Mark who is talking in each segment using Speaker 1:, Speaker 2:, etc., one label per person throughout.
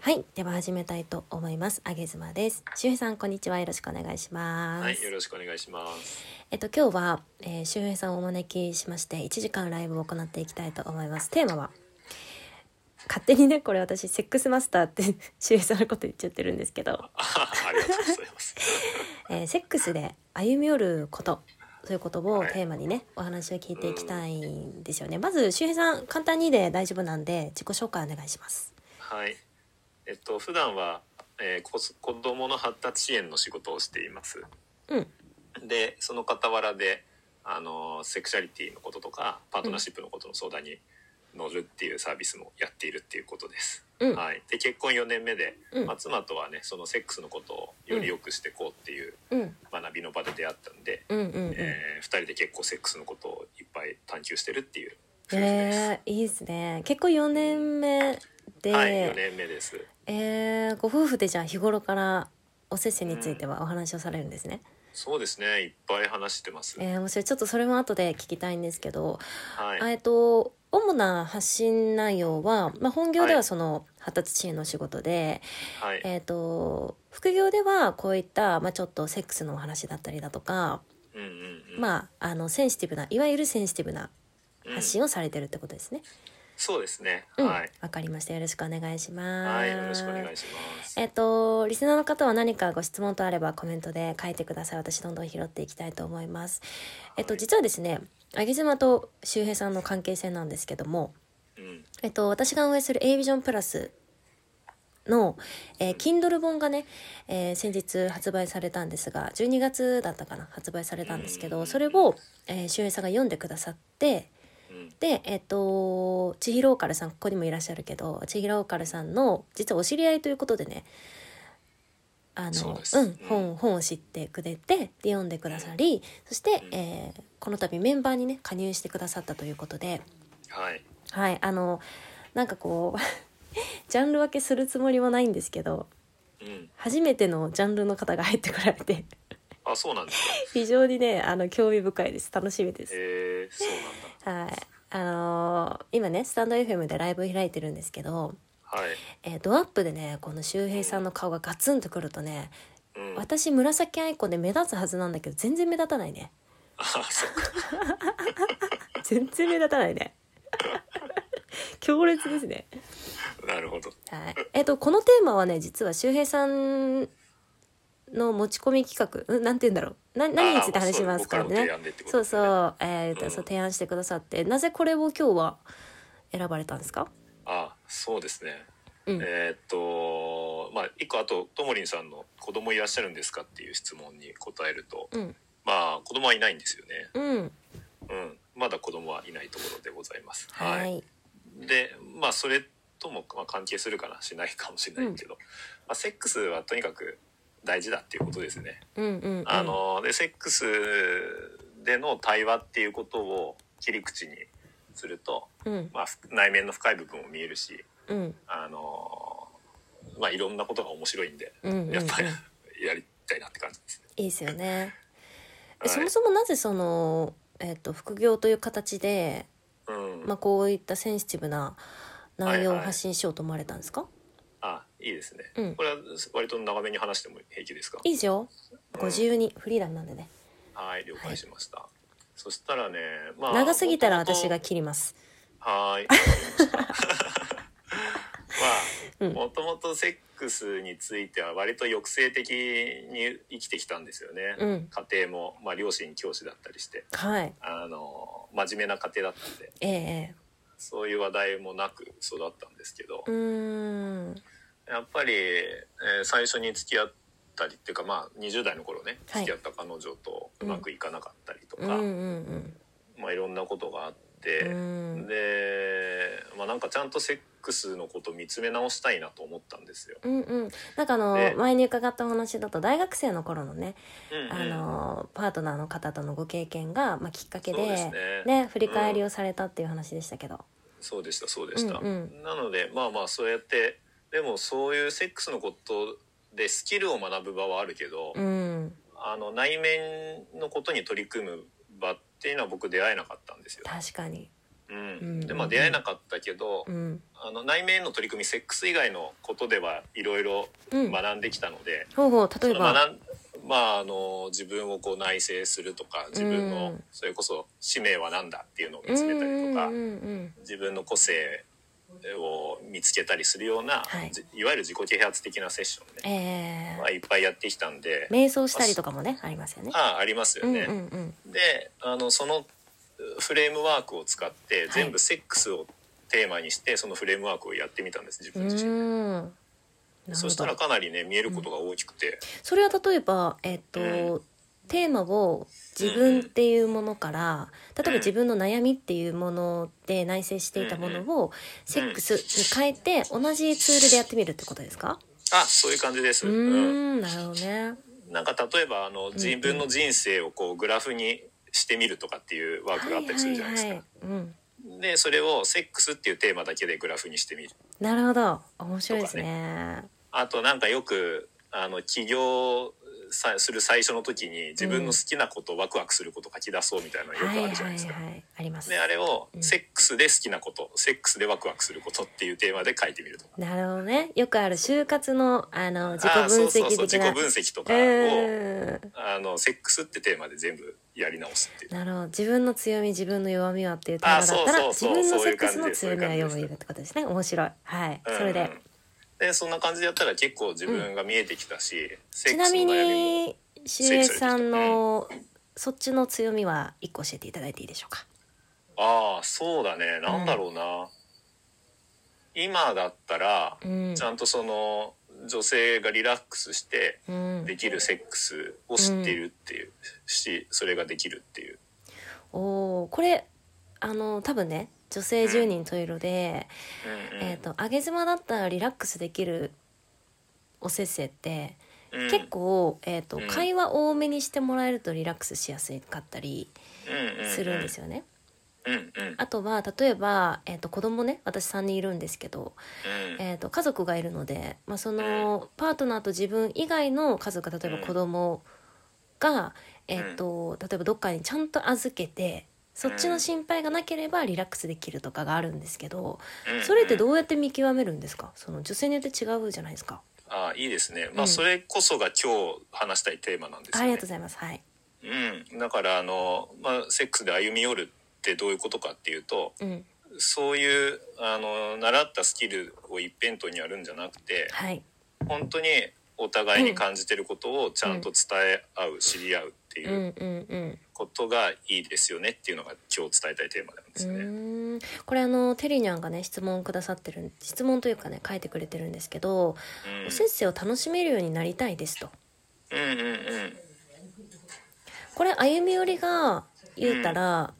Speaker 1: はい、では始めたいと思います。あげずまです。しゅうへいさん、こんにちは。よろしくお願いします。
Speaker 2: はい、よろしくお願いします。
Speaker 1: えっと、今日は、えー、しゅうへいさんをお招きしまして、1時間ライブを行っていきたいと思います。テーマは、勝手にね、これ私、セックスマスターって、 しゅうへいさんのこと言っちゃってるんですけど、
Speaker 2: あありがとうございます。
Speaker 1: えーセックスで歩み寄ること、そういうことをテーマにね、お話を聞いていきたいんですよね。まず、しゅうへいさん、簡単にで大丈夫なんで、自己紹介お願いします。
Speaker 2: はい。えっと普段は、えー、こ子どもの発達支援の仕事をしています。
Speaker 1: うん、
Speaker 2: で、その傍らで、あのセクシャリティのこととかパートナーシップのことの相談に乗るっていうサービスもやっているっていうことです。
Speaker 1: うん、
Speaker 2: はい。で、結婚4年目で、
Speaker 1: うん
Speaker 2: まあ、妻とはね、そのセックスのことをより良くしていこうっていう
Speaker 1: うん、
Speaker 2: 学びの場で出会ったんで。
Speaker 1: うん、うん、うん。
Speaker 2: えー、2人で結構セックスのことをいっぱい探求してるっていう夫婦です。
Speaker 1: えー、いいですね結婚4年目で、
Speaker 2: はい、4年目です。
Speaker 1: えーご夫婦でじゃあ日頃からおせっせについてはお話をされるんですね、
Speaker 2: そうですね、いっぱい話してます。
Speaker 1: えー面白いちょっとそれも後で聞きたいんですけど、
Speaker 2: はい、
Speaker 1: えっと主な発信内容は、まあ、本業で
Speaker 2: は
Speaker 1: はいその発達支援の仕事で、
Speaker 2: はい、
Speaker 1: えっと副業ではこういった、まあ、ちょっとセックスのお話だったりだとか、
Speaker 2: うんうんうん、
Speaker 1: まあ、あのセンシティブないわゆるセンシティブな
Speaker 2: うん
Speaker 1: 発信をされてるってことですね。
Speaker 2: そうですね、
Speaker 1: うん、わ、
Speaker 2: はい、
Speaker 1: かりましたよろしくお願いします。
Speaker 2: はい、よろしくお願いします。
Speaker 1: えっと、リスナーの方は何かご質問とあればコメントで書いてください。私どんどん拾っていきたいと思います。えっと、
Speaker 2: はい
Speaker 1: 実はですね、あげ妻と周平さんの関係性なんですけども、
Speaker 2: うん、
Speaker 1: えっと、私が運営する A ビジョンプラスの、えー Kindle 本がね、えー先日発売されたんですが、12月だったかな、発売されたんですけ
Speaker 2: う
Speaker 1: ど、
Speaker 2: ん
Speaker 1: それを、えー周平さんが読んでくださって、
Speaker 2: うん、
Speaker 1: でえっと千尋オカルさんここにもいらっしゃるけど千尋オカルさんの実はお知り合いということでねあ
Speaker 2: そう
Speaker 1: の
Speaker 2: です
Speaker 1: う
Speaker 2: うんん、
Speaker 1: 本本を知ってくれてで読んでくださりそして、
Speaker 2: うん
Speaker 1: えーこの度メンバーにね加入してくださったということで
Speaker 2: はい、
Speaker 1: はいあのなんかこう ジャンル分けするつもりはないんですけど
Speaker 2: うん、
Speaker 1: 初めてのジャンルの方が入ってこられて
Speaker 2: あ、そうな んですか。
Speaker 1: 非常にねあの興味深いです楽しみです。
Speaker 2: えー、そうなんだ。
Speaker 1: はいあのー今ねスタンド FM でライブ開いてるんですけど、
Speaker 2: はい、
Speaker 1: えードアップでねこの周平さんの顔がガツンとくるとね
Speaker 2: うん、 あ、
Speaker 1: 私紫アイコンで目立つはずなんだけど全然目立たないね
Speaker 2: そうか、
Speaker 1: 全然目立たないね強烈ですね
Speaker 2: なるほど。
Speaker 1: はいえっ、とこのテーマはね実は周平さんの持ち込み企画うんなんて言うんだろうな何について話しますか
Speaker 2: あーまあそう僕からの
Speaker 1: ね
Speaker 2: 提案でってこと
Speaker 1: そう
Speaker 2: です
Speaker 1: そ
Speaker 2: ね
Speaker 1: う,、えー
Speaker 2: うん
Speaker 1: そう提案してくださってなぜこれを今日は選ばれたんですか
Speaker 2: あ、そうですね。
Speaker 1: うん
Speaker 2: えーっと、まあ、一個あと、ともりんさんの子供いらっしゃるんですかっていう質問に答えると。
Speaker 1: うん
Speaker 2: まあ、子供はいないんですよね。
Speaker 1: うん
Speaker 2: うん、まだ子供はいないところでございます。
Speaker 1: はい、
Speaker 2: でまあそれともまあ関係するかなしないかもしれないけど、まあ、セックスはとにかく大事だっていうことですね。
Speaker 1: うんうん、うん、
Speaker 2: あのでセックスでの対話っていうことを切り口にすると、
Speaker 1: うん
Speaker 2: まあ、ふ内面の深い部分も見えるし
Speaker 1: うん
Speaker 2: あの、まあ、いろんなことが面白いんで
Speaker 1: うんうん
Speaker 2: やっぱ
Speaker 1: うん
Speaker 2: りやりたいなって感じですね。
Speaker 1: いいですよね。え
Speaker 2: はい
Speaker 1: そもそもなぜその、えっと副業という形で、
Speaker 2: うん
Speaker 1: まあ、こういったセンシティブな内容を
Speaker 2: はいはい
Speaker 1: 発信しようと思われたんですか、
Speaker 2: あいいですね、
Speaker 1: うん
Speaker 2: これは割と長めに話しても平気ですか
Speaker 1: い、いですよ
Speaker 2: うん
Speaker 1: ご自由にフリーダムなんでね、
Speaker 2: はい了解しました、そしたらね、まあ、
Speaker 1: 長すぎたら
Speaker 2: 元々
Speaker 1: 私が切ります
Speaker 2: はーい。ま
Speaker 1: う
Speaker 2: あ、
Speaker 1: ん
Speaker 2: もともとセックスについては割と抑制的に生きてきたんですよね。
Speaker 1: うん
Speaker 2: 家庭も、まあ、両親教師だったりして、
Speaker 1: はい
Speaker 2: あの、真面目な家庭だったんで、
Speaker 1: えええ
Speaker 2: そういう話題もなく育ったんですけど
Speaker 1: え、うーん
Speaker 2: やっぱり、えー最初に付き合ったりっていうか、まあ、20代の頃ね、
Speaker 1: はい
Speaker 2: 付き合った彼女とうまくいかなかったりと
Speaker 1: うんう
Speaker 2: か、
Speaker 1: ん
Speaker 2: まあ、いろんなことがあっ
Speaker 1: う
Speaker 2: て、
Speaker 1: んうん
Speaker 2: で、まあ、なんかちゃんとセックスのこと見つめ直したいなと思ったんですよ。
Speaker 1: うんうん、なんかあの、
Speaker 2: で
Speaker 1: 前に伺ったお話だと大学生の頃のね、
Speaker 2: うんうん
Speaker 1: あのパートナーの方とのご経験が、まあ、きっかけで
Speaker 2: そうですね
Speaker 1: ね振り返りをされたっていう話でしたけど、
Speaker 2: そうでしたそうでした。
Speaker 1: うんうん
Speaker 2: なのでまあまあそうやってでもそういうセックスのことでスキルを学ぶ場はあるけど、
Speaker 1: うん、
Speaker 2: あの内面のことに取り組む場っていうのは僕出会えなかったんですよ。
Speaker 1: 確かに。
Speaker 2: うん
Speaker 1: うん
Speaker 2: でまあ出会えなかったけど、
Speaker 1: うん
Speaker 2: あの内面への取り組みセックス以外のことではいろいろ
Speaker 1: うん
Speaker 2: 学んできたので、
Speaker 1: ほうほう例え
Speaker 2: その
Speaker 1: ば
Speaker 2: 学んまああの自分をこう内省するとか自分
Speaker 1: う
Speaker 2: の
Speaker 1: ん
Speaker 2: それこそ使命は何だっていうのを見
Speaker 1: うん
Speaker 2: つ
Speaker 1: う
Speaker 2: めた
Speaker 1: ん
Speaker 2: りとか
Speaker 1: うんうん
Speaker 2: 自分の個性を見つけたりするような、
Speaker 1: はい
Speaker 2: じいわゆる自己啓発的なセッションね、
Speaker 1: え
Speaker 2: まあ、いっぱいやってきたんで
Speaker 1: ー、瞑想したりとかもねありますよね
Speaker 2: ああありますよ
Speaker 1: うんうん
Speaker 2: ね。
Speaker 1: うん
Speaker 2: であのそのうフレームワークを使って全部セックスをテーマにして、そのフレームワークをやってみたんです自
Speaker 1: う
Speaker 2: 分自身。
Speaker 1: んなるほど
Speaker 2: そしたらかなりね見えることが大きくて、
Speaker 1: それは例えば、えっと
Speaker 2: う
Speaker 1: テーマを自分っていうものから例えば
Speaker 2: うん
Speaker 1: 自分の悩みっていうもので内省していたものをセックスに変えて同じツールでやってみるってことですか
Speaker 2: あそういう感じです。
Speaker 1: うー
Speaker 2: うん
Speaker 1: んなるほどね。
Speaker 2: なんか例えばあの自分の人生をこうグラフにしてみるとかっていうワークがあったりするじゃないですか。
Speaker 1: はいはいはいうん、
Speaker 2: でそれをセックスっていうテーマだけでグラフにしてみる。
Speaker 1: なるほど面白いですね。
Speaker 2: あとなんかよくあの起業さする最初の時に自分の好きなこと、ワクワクすること書き出そうみたいなのよく
Speaker 1: は
Speaker 2: あ
Speaker 1: い
Speaker 2: るじ
Speaker 1: は
Speaker 2: ゃない
Speaker 1: い
Speaker 2: ですか。
Speaker 1: はいあります
Speaker 2: で。あれを
Speaker 1: うん
Speaker 2: セックスで好きなこと、セックスでワクワクすることっていうテーマで書いてみるとか。
Speaker 1: なるほどねよくある就活のあの自
Speaker 2: あ
Speaker 1: 己分
Speaker 2: ーそうそう
Speaker 1: 析
Speaker 2: そう
Speaker 1: 的
Speaker 2: 自
Speaker 1: な。
Speaker 2: 己分析とかを
Speaker 1: うん
Speaker 2: あのセックスってテーマで全部やり直すっていう。
Speaker 1: なるほど自分の強み自分の弱みはっていうテーマだった
Speaker 2: あ
Speaker 1: ら
Speaker 2: そう
Speaker 1: 自
Speaker 2: そ
Speaker 1: 分
Speaker 2: うそう
Speaker 1: のセックス
Speaker 2: そ
Speaker 1: の
Speaker 2: ういう感じです
Speaker 1: 強みは弱
Speaker 2: そう
Speaker 1: み
Speaker 2: い
Speaker 1: っ
Speaker 2: う感じです
Speaker 1: てことですね面白いはい、
Speaker 2: うん
Speaker 1: それで
Speaker 2: でそんな感じでやったら結構自分が見えてきたし、セ
Speaker 1: ち
Speaker 2: ック
Speaker 1: な
Speaker 2: スの
Speaker 1: み
Speaker 2: 悩みも
Speaker 1: に秀平さんのそっちの強みは一個教えていただいていいでしょうか
Speaker 2: ああそうだねなんだろうな、今だったら
Speaker 1: うん
Speaker 2: ちゃんとその女性がリラックスして
Speaker 1: うん
Speaker 2: できるセックスを知っているっていう、しそれができるっていう
Speaker 1: おーこれあの多分ね女性10人と色で、
Speaker 2: うんうん
Speaker 1: えっ、と上げ妻だったらリラックスできるおせっせって、
Speaker 2: うん
Speaker 1: 結構、えーと
Speaker 2: うん
Speaker 1: 会話多めにしてもらえるとリラックスしやすかったり
Speaker 2: うんうん
Speaker 1: するんですよね。
Speaker 2: うんうん
Speaker 1: あとは例えば、えー、と子供ね私3人いるんですけど、
Speaker 2: うん
Speaker 1: えー、と家族がいるので、まあ、そのパートナーと自分以外の家族例えば子供が、えー、と例えばどっかにちゃんと預けてそっちの心配がなければリラックスできるとかがあるんですけど
Speaker 2: うん
Speaker 1: それって
Speaker 2: うん
Speaker 1: どうやって見極めるんですかその女性によって違うじゃないですか。
Speaker 2: ああいいですね、
Speaker 1: う
Speaker 2: ま
Speaker 1: ん
Speaker 2: あそれこそが今日話したいテーマなんですよ
Speaker 1: あり
Speaker 2: ね
Speaker 1: がとうございます、はい
Speaker 2: うん、だからあの、まあ、セックスで歩み寄るってどういうことかっていうと
Speaker 1: うん
Speaker 2: そういうあの習ったスキルを一辺倒にやるんじゃなくて
Speaker 1: はい
Speaker 2: 本当にお互いに感じてることをちゃんと伝え合う、知り合うって
Speaker 1: うん
Speaker 2: いう
Speaker 1: うんうん
Speaker 2: ことがいいですよねっていうのが今日伝えたいテーマなんで
Speaker 1: う
Speaker 2: すよね。
Speaker 1: ーんこれあのテリニャンがね質問くださってる質問というかね書いてくれてるんですけど、
Speaker 2: うん
Speaker 1: おせっせを楽しめるようになりたいですと
Speaker 2: うんうんうん
Speaker 1: これ歩み寄りが言うたら、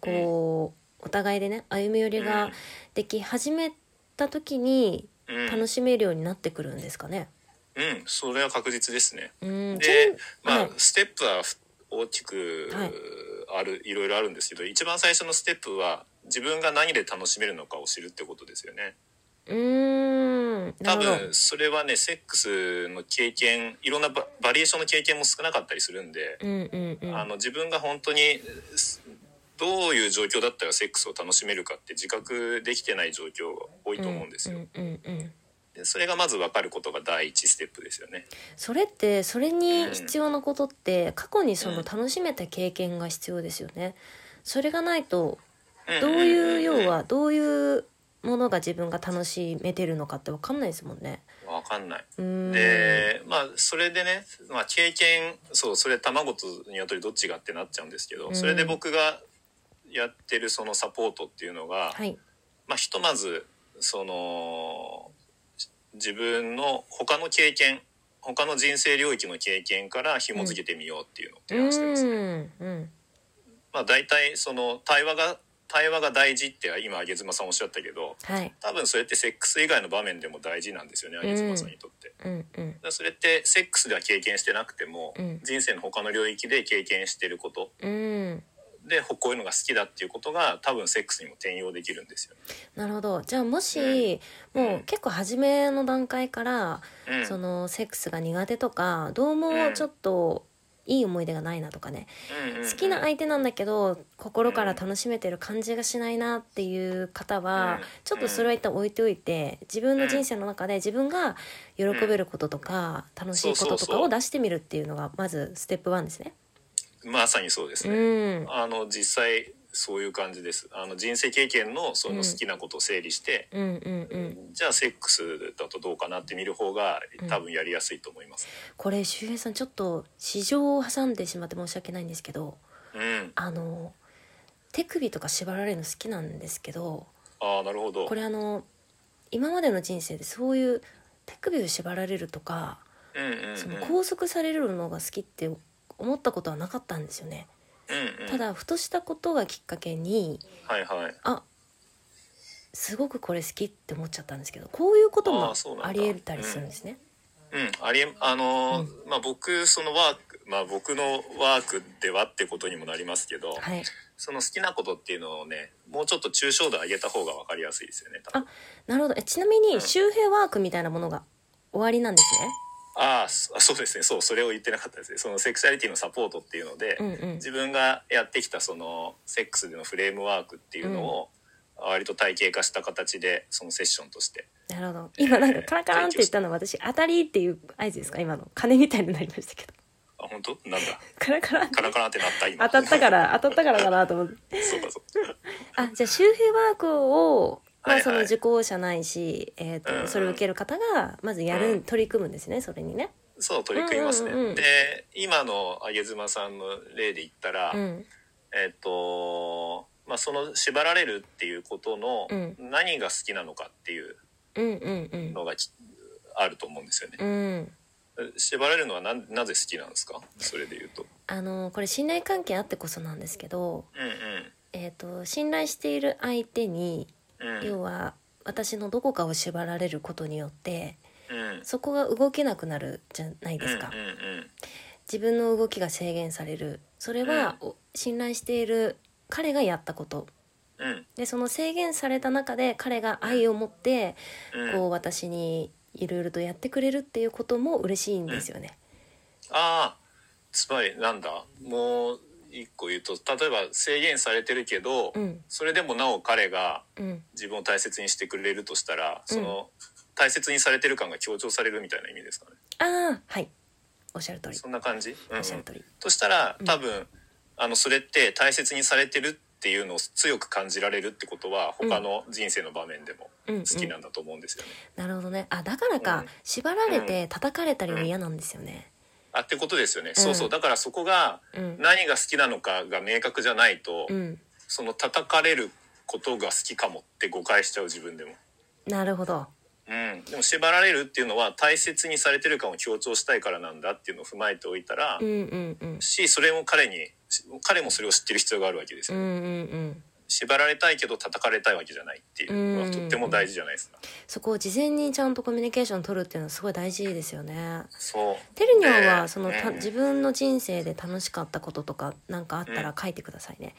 Speaker 1: こうお互いでね歩み寄り
Speaker 2: う
Speaker 1: が
Speaker 2: ん
Speaker 1: でき始めた時に
Speaker 2: うん
Speaker 1: 楽しめるようになってくるんですかね。
Speaker 2: うん、それは確実ですね。
Speaker 1: うんちなみ
Speaker 2: で
Speaker 1: に、
Speaker 2: まあ、
Speaker 1: はい
Speaker 2: ステップはふ大きく
Speaker 1: はい
Speaker 2: ある、い、ろいろあるんですけど一番最初のステップは自分が何で楽しめるのかを知るってことですよね
Speaker 1: うーんな
Speaker 2: 多
Speaker 1: るほど
Speaker 2: 分それはねセックスの経験いろんなババリエーションの経験も少なかったりするんで、
Speaker 1: うんうんうん
Speaker 2: あの自分が本当にすどういう状況だったらセックスを楽しめるかって自覚できてない状況が多いと思うんですよ、
Speaker 1: うんうんうん
Speaker 2: でそれがまず分かることが第一ステップですよね
Speaker 1: それってそれに必要なことって過去にその
Speaker 2: うん
Speaker 1: 楽しめた経験が必要ですよね。それがないとど
Speaker 2: ん
Speaker 1: うん
Speaker 2: ん
Speaker 1: いう要はどういうものが自分が楽しめてるのかって分かんないですもんね。
Speaker 2: わかんないう
Speaker 1: ーん
Speaker 2: でまあそれでね、まあ、経験そうそれ卵と鶏どっちがってなっちゃうんですけど、
Speaker 1: うん
Speaker 2: それで僕がやってるそのサポートっていうのが、
Speaker 1: はい、
Speaker 2: まあ、ひとまずそのじ自分の他の経験他の人生領域の経験から紐付けてみようっていうのを
Speaker 1: う
Speaker 2: 提案してます、
Speaker 1: ーんうん
Speaker 2: まあ、大体その対話が対話が大事って今あげずまさんおっしゃったけど
Speaker 1: はい
Speaker 2: 多分それってセックス以外の場面でも大事なんですよねあげずまさんにとって。
Speaker 1: うんうん
Speaker 2: だからそれってセックスでは経験してなくても、
Speaker 1: うん
Speaker 2: 人生の他の領域で経験してること
Speaker 1: うん
Speaker 2: でほこういうのが好きだっていうことが多分セックスにも転用できるんですよ、
Speaker 1: なるほどじゃあもしもう結構初めの段階から
Speaker 2: うん
Speaker 1: そのセックスが苦手とかどうもちょっといい思い出がないなとかね好きな
Speaker 2: 相
Speaker 1: 相手なんだけど心から楽しめてる感じがしないなっていう方は
Speaker 2: うん
Speaker 1: ちょっとそれは一旦置いておいて自分の人生の中で自分が喜べることとか楽しいこととかを出してみるっていうのがまずステップ1ですね。
Speaker 2: まさにそうです
Speaker 1: う
Speaker 2: ね。
Speaker 1: ん
Speaker 2: あの実際そういう感じです。あの人生経験のその好きなことを整理して、
Speaker 1: うんうんうん、
Speaker 2: じゃあセックスだとどうかなって見る方が
Speaker 1: うん
Speaker 2: 多分やりやすいと思います。
Speaker 1: これ周平さんちょっと市場を挟んでしまって申し訳ないんですけど
Speaker 2: うん。
Speaker 1: あの手首とか縛られるの好きなんですけど
Speaker 2: ああなるほど。
Speaker 1: これあの今までの人生でそういう手首を縛られるとか
Speaker 2: うんうんうん。
Speaker 1: その拘束されるのが好きって思ったことはなかったんですよね。
Speaker 2: うんうん
Speaker 1: ただふとしたことがきっかけに
Speaker 2: はいはい。
Speaker 1: あすごくこれ好きって思っちゃったんですけどこういうこと
Speaker 2: あ
Speaker 1: も
Speaker 2: ーそうなんだ
Speaker 1: ありえたりするんですね。
Speaker 2: うん、ありえあのーまあ僕そのワークまあ僕のワークではってことにもなりますけど、
Speaker 1: はい、
Speaker 2: その好きなことっていうのをねもうちょっと抽象度上げた方が分かりやすいですよね多分
Speaker 1: なるほどえちなみ
Speaker 2: う
Speaker 1: に
Speaker 2: ん
Speaker 1: 周平ワークみたいなものが終わりなんですね。
Speaker 2: ああそそうですねそうそれを言ってなかったですねそのセクシャリティのサポートっていうので、
Speaker 1: うんうん
Speaker 2: 自分がやってきたそのセックスでのフレームワークっていうのを、割と体系化した形でそのセッションとして
Speaker 1: なるほど今なんかカラカランって言ったのは私「当たり」っていう合図ですか今の鐘みたいになりましたけど
Speaker 2: あ本当なんだ
Speaker 1: カラカラン って
Speaker 2: カラカラってなった今
Speaker 1: 当 たったからら当たったからかなと思って
Speaker 2: そうかそう
Speaker 1: あじゃあ周平ワークを、まあ、
Speaker 2: はいはい
Speaker 1: その受講者ないし、えーと
Speaker 2: うんうん
Speaker 1: それを受ける方がまずやる、
Speaker 2: うん
Speaker 1: 取り組むんですねそれにね。
Speaker 2: そう取り組みますね、
Speaker 1: うんうんうん
Speaker 2: で今のあげ妻さんの例で言ったら、
Speaker 1: うん
Speaker 2: えっ、とまあその縛られるっていうことの
Speaker 1: うん
Speaker 2: 何が好きなのかっていう
Speaker 1: うんうんうん
Speaker 2: のがきあると思うんですよね、
Speaker 1: うん
Speaker 2: 縛られるのはななぜ好きなんですかそれで言うと
Speaker 1: あのこれ信頼関係あってこそなんですけど、
Speaker 2: う
Speaker 1: えー、と信頼している相手に、
Speaker 2: んうんうん
Speaker 1: 要は私のどこかを縛られることによって
Speaker 2: うん
Speaker 1: そこが動けなくなるじゃないですか。
Speaker 2: うんうんうん
Speaker 1: 自分の動きが制限されるそれは、お信頼している彼がやったこと
Speaker 2: うん
Speaker 1: でその制限された中で彼が愛を持って、
Speaker 2: うん
Speaker 1: こう私にいろいろとやってくれるっていうことも嬉しいんですよね。
Speaker 2: ああつまりなんだもう一個言うと例えば制限されてるけど、
Speaker 1: うん、
Speaker 2: それでもなお彼が
Speaker 1: うん、
Speaker 2: 自分を大切にしてくれるとしたら
Speaker 1: うん
Speaker 2: その、大切にされてる感が強調されるみたいな意味ですかね
Speaker 1: ああはいおっしゃる通り
Speaker 2: そんな感じ、うん
Speaker 1: お
Speaker 2: う
Speaker 1: っしゃる
Speaker 2: ん、
Speaker 1: 通り、
Speaker 2: としたら
Speaker 1: うん
Speaker 2: 多分、あのそれって大切にされてるっていうのを強く感じられるってことは
Speaker 1: うん
Speaker 2: 他の人生の場面でも
Speaker 1: うん
Speaker 2: 好き
Speaker 1: うん
Speaker 2: なんだと思うんですよね。
Speaker 1: なるほどねあだからか、
Speaker 2: うん
Speaker 1: 縛られて叩かれたりも嫌なんですよね。
Speaker 2: あってことですよね、そうそうだからそこが
Speaker 1: うん、
Speaker 2: 何が好きなのかが明確じゃないと、
Speaker 1: うん、
Speaker 2: その叩かれることが好きかもって誤解しちゃう自分でも。
Speaker 1: なるほど
Speaker 2: うん、でも縛られるっていうのは大切にされてる感を強調したいからなんだっていうのを踏まえておいたら、
Speaker 1: うんうんうん
Speaker 2: しそれも彼にし彼もそれを知ってる必要があるわけです
Speaker 1: う
Speaker 2: よ、
Speaker 1: んうんうん
Speaker 2: 縛られたいけど叩かれたいわけじゃないっていうの
Speaker 1: う
Speaker 2: は
Speaker 1: ん
Speaker 2: とっても大事じゃないですか、
Speaker 1: そこを事前にちゃんとコミュニケーション取るっていうのはすごい大事ですよね。
Speaker 2: そう
Speaker 1: てるにゃん
Speaker 2: で
Speaker 1: はそのた
Speaker 2: うん
Speaker 1: 自分の人生で楽しかったこととかなんかあったら書いてくださいね、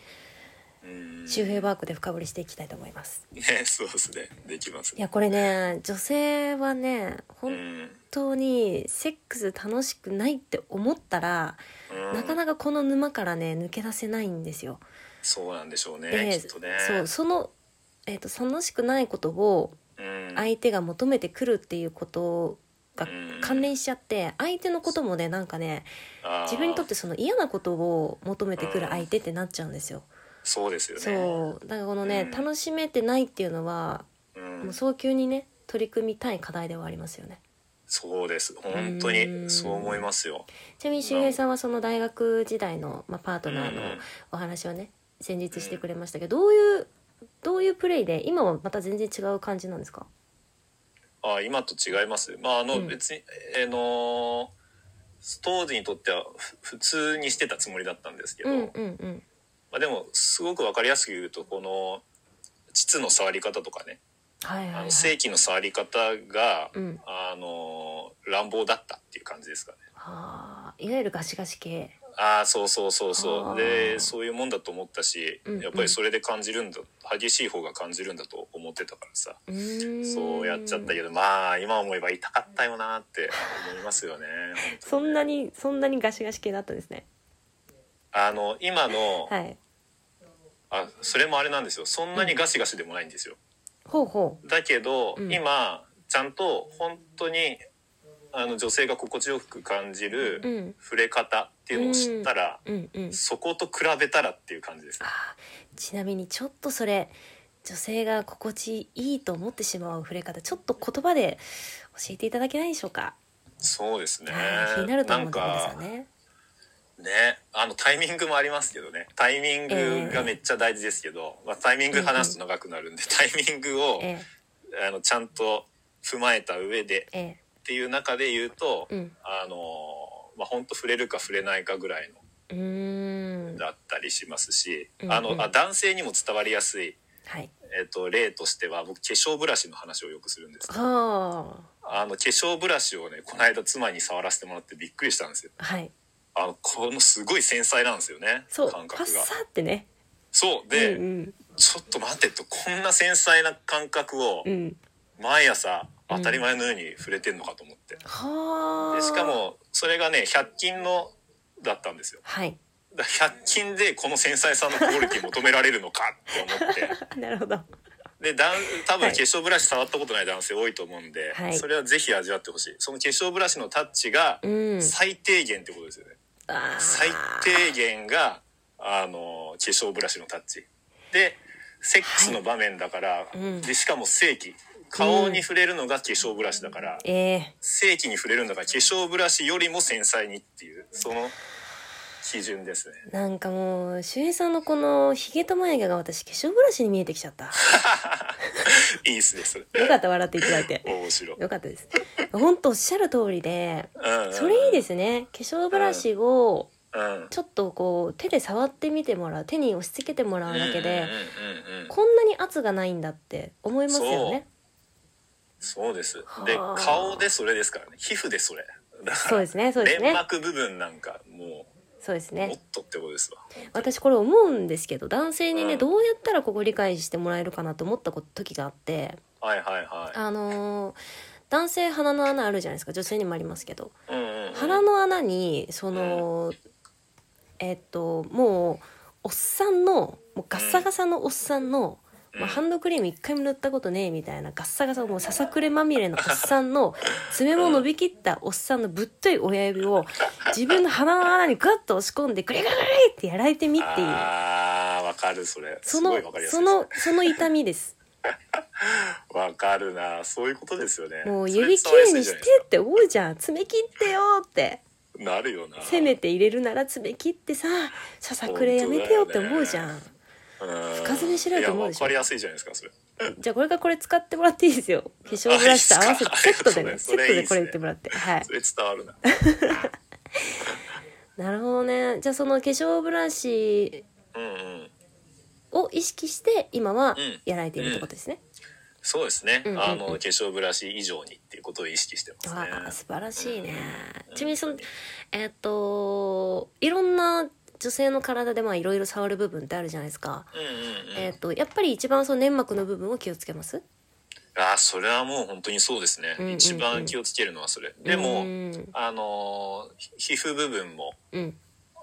Speaker 2: うん
Speaker 1: 周平ワークで深掘りしていきたいと思います
Speaker 2: ねそうですねできます
Speaker 1: いやこれね女性はね
Speaker 2: うん
Speaker 1: 本当にセックス楽しくないって思ったら、
Speaker 2: うん
Speaker 1: なかなかこの沼からね抜け出せないんですよ、
Speaker 2: そうなんでしょうね
Speaker 1: で
Speaker 2: きっとね
Speaker 1: そうその、えー、と楽しくないことを
Speaker 2: うん
Speaker 1: 相手が求めてくるっていうことが
Speaker 2: うん
Speaker 1: 関連しちゃって相手のこともねなんかね
Speaker 2: あー
Speaker 1: 自分にとってその嫌なことを求めてくる相手ってなっちゃうんですよ。
Speaker 2: そうですよね
Speaker 1: そうだからこのね、
Speaker 2: うん
Speaker 1: 楽しめてないっていうのは、
Speaker 2: う、
Speaker 1: もうん早急にね取り組みたい課題ではありますよね。
Speaker 2: そうです本当
Speaker 1: うん
Speaker 2: にそう思いますよ
Speaker 1: ちなみに周平さんはその大学時代の、まあ、パートナーの
Speaker 2: うん
Speaker 1: お話をね先日してくれましたけどどういうどういうプレイで今はまた全然違う感じなんですか
Speaker 2: あ今と違いますまああの、
Speaker 1: うん
Speaker 2: 別にえーのー当時にとってはふ普通にしてたつもりだったんですけ
Speaker 1: う
Speaker 2: ど、
Speaker 1: んうんうん
Speaker 2: まあ、でもすごく分かりやすく言うとこの膣の触り方とかね
Speaker 1: はいはい
Speaker 2: あ
Speaker 1: は
Speaker 2: の
Speaker 1: い。
Speaker 2: 性器の触り方が、
Speaker 1: うん
Speaker 2: あのー乱暴だったっていう感じですかね
Speaker 1: はあいわゆるガシガシ系。
Speaker 2: ああそうそうそう
Speaker 1: あ
Speaker 2: そ
Speaker 1: ー
Speaker 2: うでそういうもんだと思ったし、
Speaker 1: うんうん
Speaker 2: やっぱりそれで感じるんだ激しい方が感じるんだと思ってたからさ
Speaker 1: うーん
Speaker 2: そうやっちゃったけどまあ今思えば痛かったよなって思いますよね
Speaker 1: そんなにそんなにガシガシ系だったんですね
Speaker 2: あの今の、
Speaker 1: はい
Speaker 2: あそれもあれなんですよそんなにガシガシでもないんですよ、
Speaker 1: ほうほ
Speaker 2: だけど、
Speaker 1: うん
Speaker 2: 今ちゃんと本当にあの女性が心地よく感じる
Speaker 1: ううん
Speaker 2: 触れ方っていうのを知ったら、
Speaker 1: うんうん
Speaker 2: そこと比べたらっていう感じですね
Speaker 1: あーちなみにちょっとそれ女性が心地いいと思ってしまう触れ方ちょっと言葉で教えていただけないでしょうか、
Speaker 2: そうですね
Speaker 1: はい気になると思
Speaker 2: な
Speaker 1: うんところです
Speaker 2: か
Speaker 1: よね
Speaker 2: ねあのタイミングもありますけどねタイミングがめっちゃ大事ですけど、まあ、タイミング話すと長くなるんで、タイミングを、
Speaker 1: え
Speaker 2: あのちゃんと踏まえた上で
Speaker 1: ええ
Speaker 2: っていう中で言うと、
Speaker 1: えうん
Speaker 2: あのまあ本当触れるか触れないかぐらいの
Speaker 1: うーん
Speaker 2: だったりしますし、
Speaker 1: うん
Speaker 2: あ
Speaker 1: うん
Speaker 2: のあ男性にも伝わりやすい、
Speaker 1: はい
Speaker 2: えっと例としては僕化粧ブラシの話をよくするんです
Speaker 1: は
Speaker 2: あの化粧ブラシをねこの間妻に触らせてもらってびっくりしたんですよ
Speaker 1: あはい
Speaker 2: あのこのすごい繊細なんですよね
Speaker 1: そう
Speaker 2: 感
Speaker 1: パッ
Speaker 2: 覚が
Speaker 1: サーってね
Speaker 2: そうで、
Speaker 1: うんうん
Speaker 2: ちょっと待てとこんな繊細な感覚を
Speaker 1: うん
Speaker 2: 毎朝当たり前のように触れてんのかと思って、
Speaker 1: はあ
Speaker 2: でしかもそれがね100均のだったんですよ
Speaker 1: はい
Speaker 2: だから100均でこの繊細さのクオリティ求められるのかって思 って
Speaker 1: あなるほど
Speaker 2: でだん多分
Speaker 1: はい
Speaker 2: 化粧ブラシ触ったことない男性多いと思うんで、
Speaker 1: はい
Speaker 2: それはぜひ味わってほしいその化粧ブラシのタッチが
Speaker 1: うん
Speaker 2: 最低限ってことですよね、
Speaker 1: あー
Speaker 2: 最低限があの化粧ブラシのタッチでセックスの場面だから、
Speaker 1: うん
Speaker 2: でしかも正規顔に触れるのが化粧ブラシだから、
Speaker 1: ええ
Speaker 2: 正規に触れるんだから化粧ブラシよりも繊細にっていうその基準ですね
Speaker 1: なんかもう周平さんのこのひげと眉毛が私化粧ブラシに見えてきちゃった
Speaker 2: いいっすねそれ
Speaker 1: よかった笑っていただいて
Speaker 2: 面白い、
Speaker 1: よかったです本当おっしゃる通りで
Speaker 2: うんうん、
Speaker 1: それいいですね化粧ブラシを
Speaker 2: うん
Speaker 1: ちょっとこう手で触ってみてもらう手に押し付けてもらうだけで、
Speaker 2: うんうんうんうん
Speaker 1: こんなに圧がないんだって思いますよね
Speaker 2: そうですで
Speaker 1: はあ
Speaker 2: 顔でそれですからね皮膚でそれだから
Speaker 1: そうですねそうですね
Speaker 2: 粘膜部分なんかも
Speaker 1: そうです
Speaker 2: うも
Speaker 1: ね
Speaker 2: っとってことですわ
Speaker 1: 私これ思うんですけど男性にね、
Speaker 2: うん
Speaker 1: どうやったらここ理解してもらえるかなと思ったこと時があって
Speaker 2: はいはいはい
Speaker 1: あのー男性鼻の穴あるじゃないですか女性にもありますけど
Speaker 2: うんうんうん
Speaker 1: 腹の穴にその、えっともうおっさんのもうガッサガサのおっさんの、
Speaker 2: うん
Speaker 1: まあ、ハンドクリーム一回も塗ったことねえみたいなガッサガサもうささくれまみれのおっさんの爪も伸びきったおっさんのぶっとい親指を自分の鼻の穴にグッと押し込んでグリグリグリってやられてみっていう
Speaker 2: あーわかるそれ
Speaker 1: そ
Speaker 2: す
Speaker 1: の
Speaker 2: ごいわかりやすい
Speaker 1: そのその痛みです
Speaker 2: わかるなそういうことですよね
Speaker 1: もう
Speaker 2: それ
Speaker 1: 指き
Speaker 2: 伝わりや
Speaker 1: れい
Speaker 2: すい
Speaker 1: にし
Speaker 2: じゃ
Speaker 1: て
Speaker 2: ないです
Speaker 1: って思うじゃん爪切ってよって。
Speaker 2: かなるよな
Speaker 1: せめて入れるなら爪切ってさささくれやめてよって思うじゃん、
Speaker 2: 深
Speaker 1: 深爪しろよと思うでしょ
Speaker 2: わかりやすいじゃないですかそれ
Speaker 1: じゃあこれからこれ使ってもらっていいですよ化粧ブラシと合わせて
Speaker 2: あ
Speaker 1: セットで
Speaker 2: いい
Speaker 1: ね
Speaker 2: っ
Speaker 1: セッ
Speaker 2: すか
Speaker 1: ト
Speaker 2: あいいっすね
Speaker 1: でこれ言ってもらってはい
Speaker 2: それ伝わるな
Speaker 1: なるほどねじゃあその化粧ブラシ
Speaker 2: うんうん
Speaker 1: を意識して今は
Speaker 2: うん
Speaker 1: やられているってことですね、
Speaker 2: そうですね、
Speaker 1: うんうんうん
Speaker 2: あの化粧ブラシ以上にっていうことを意識してますね
Speaker 1: わあ素晴らしいね
Speaker 2: うん
Speaker 1: ちなみにそのえーっといろんな女性の体でまあいろいろ触る部分ってあるじゃないですか、
Speaker 2: うんうんうん
Speaker 1: えーっとやっぱり一番その粘膜の部分を気をつけます
Speaker 2: あーそれはもう本当にそうですね、
Speaker 1: うんうんうん
Speaker 2: 一番気をつけるのはそれで
Speaker 1: う
Speaker 2: も、
Speaker 1: ん
Speaker 2: あのーひ皮膚部分も
Speaker 1: うん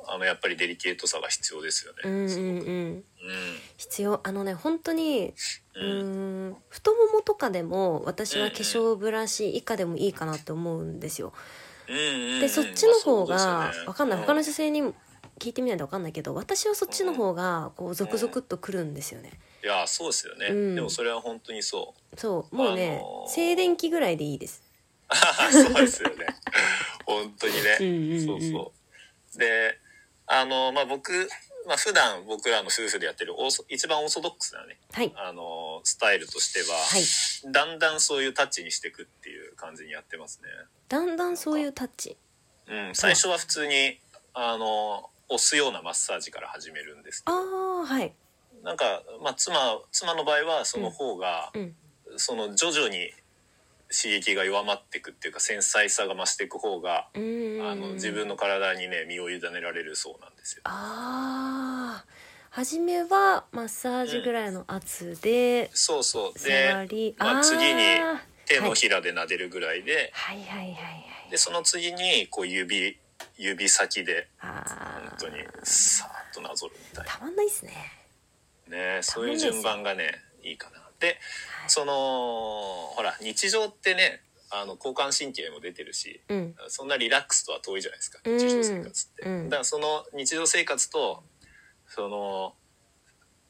Speaker 2: あのやっぱりデリケートさが必要ですよね、
Speaker 1: うんうんうん
Speaker 2: う
Speaker 1: 必要あのね本当にうー
Speaker 2: んうん
Speaker 1: ん太ももとかでも私は
Speaker 2: うん
Speaker 1: 化
Speaker 2: うん
Speaker 1: 粧ブラシ以下でもいいかなって思うんですよ。
Speaker 2: うんうん
Speaker 1: でそっちの方
Speaker 2: まあ
Speaker 1: が
Speaker 2: そうですよね
Speaker 1: わかんない他
Speaker 2: う
Speaker 1: の
Speaker 2: ん
Speaker 1: 女性にも聞いてみないとわかんないけど私はそっちの方がこうゾクゾクっとくるんですよね。
Speaker 2: いやそうですよね、
Speaker 1: うん
Speaker 2: でもそれは本当にそう
Speaker 1: そうもうね
Speaker 2: あのー
Speaker 1: 静電気ぐらいでいいです。
Speaker 2: あそうですよね本当に
Speaker 1: う
Speaker 2: ね、
Speaker 1: んうんうん
Speaker 2: そうそうであのまあ僕、まあ普段僕らの夫婦でやってるオーソ一番オーソドックスなね
Speaker 1: はい
Speaker 2: あのスタイルとしては、
Speaker 1: はい。
Speaker 2: だんだんそういうタッチにしていくっていう感じにやってます
Speaker 1: だんだんそういうタッチ。
Speaker 2: ね、うん、最初は普通にあの押すようなマッサージから始めるんです
Speaker 1: ああはい。
Speaker 2: なんか、まあ、妻妻の場合はその方が、
Speaker 1: うん
Speaker 2: その徐々に刺激が弱まっていくっていうか繊細さが増していく方が
Speaker 1: うん
Speaker 2: あの自分の体にね身を委ねられるそうなんですよ。
Speaker 1: ああ初めはマッサージぐらいの圧で
Speaker 2: そうそう
Speaker 1: 触
Speaker 2: で
Speaker 1: り、
Speaker 2: まあ
Speaker 1: ー
Speaker 2: 次に
Speaker 1: はい
Speaker 2: 手のひらで撫でるぐらいで,、
Speaker 1: はいはいはいはい
Speaker 2: でその次にこう指指先で
Speaker 1: あ
Speaker 2: 本
Speaker 1: ー
Speaker 2: 当にさーっとなぞるみたい
Speaker 1: たまんないっすね
Speaker 2: なねそういう順番がねいいかな。で
Speaker 1: はい
Speaker 2: そのほら日常ってねあの交感神経も出てるし
Speaker 1: うん
Speaker 2: そんなリラックスとは遠いじゃないですか
Speaker 1: うん
Speaker 2: 日常生活って、
Speaker 1: うん
Speaker 2: だからその日常生活とその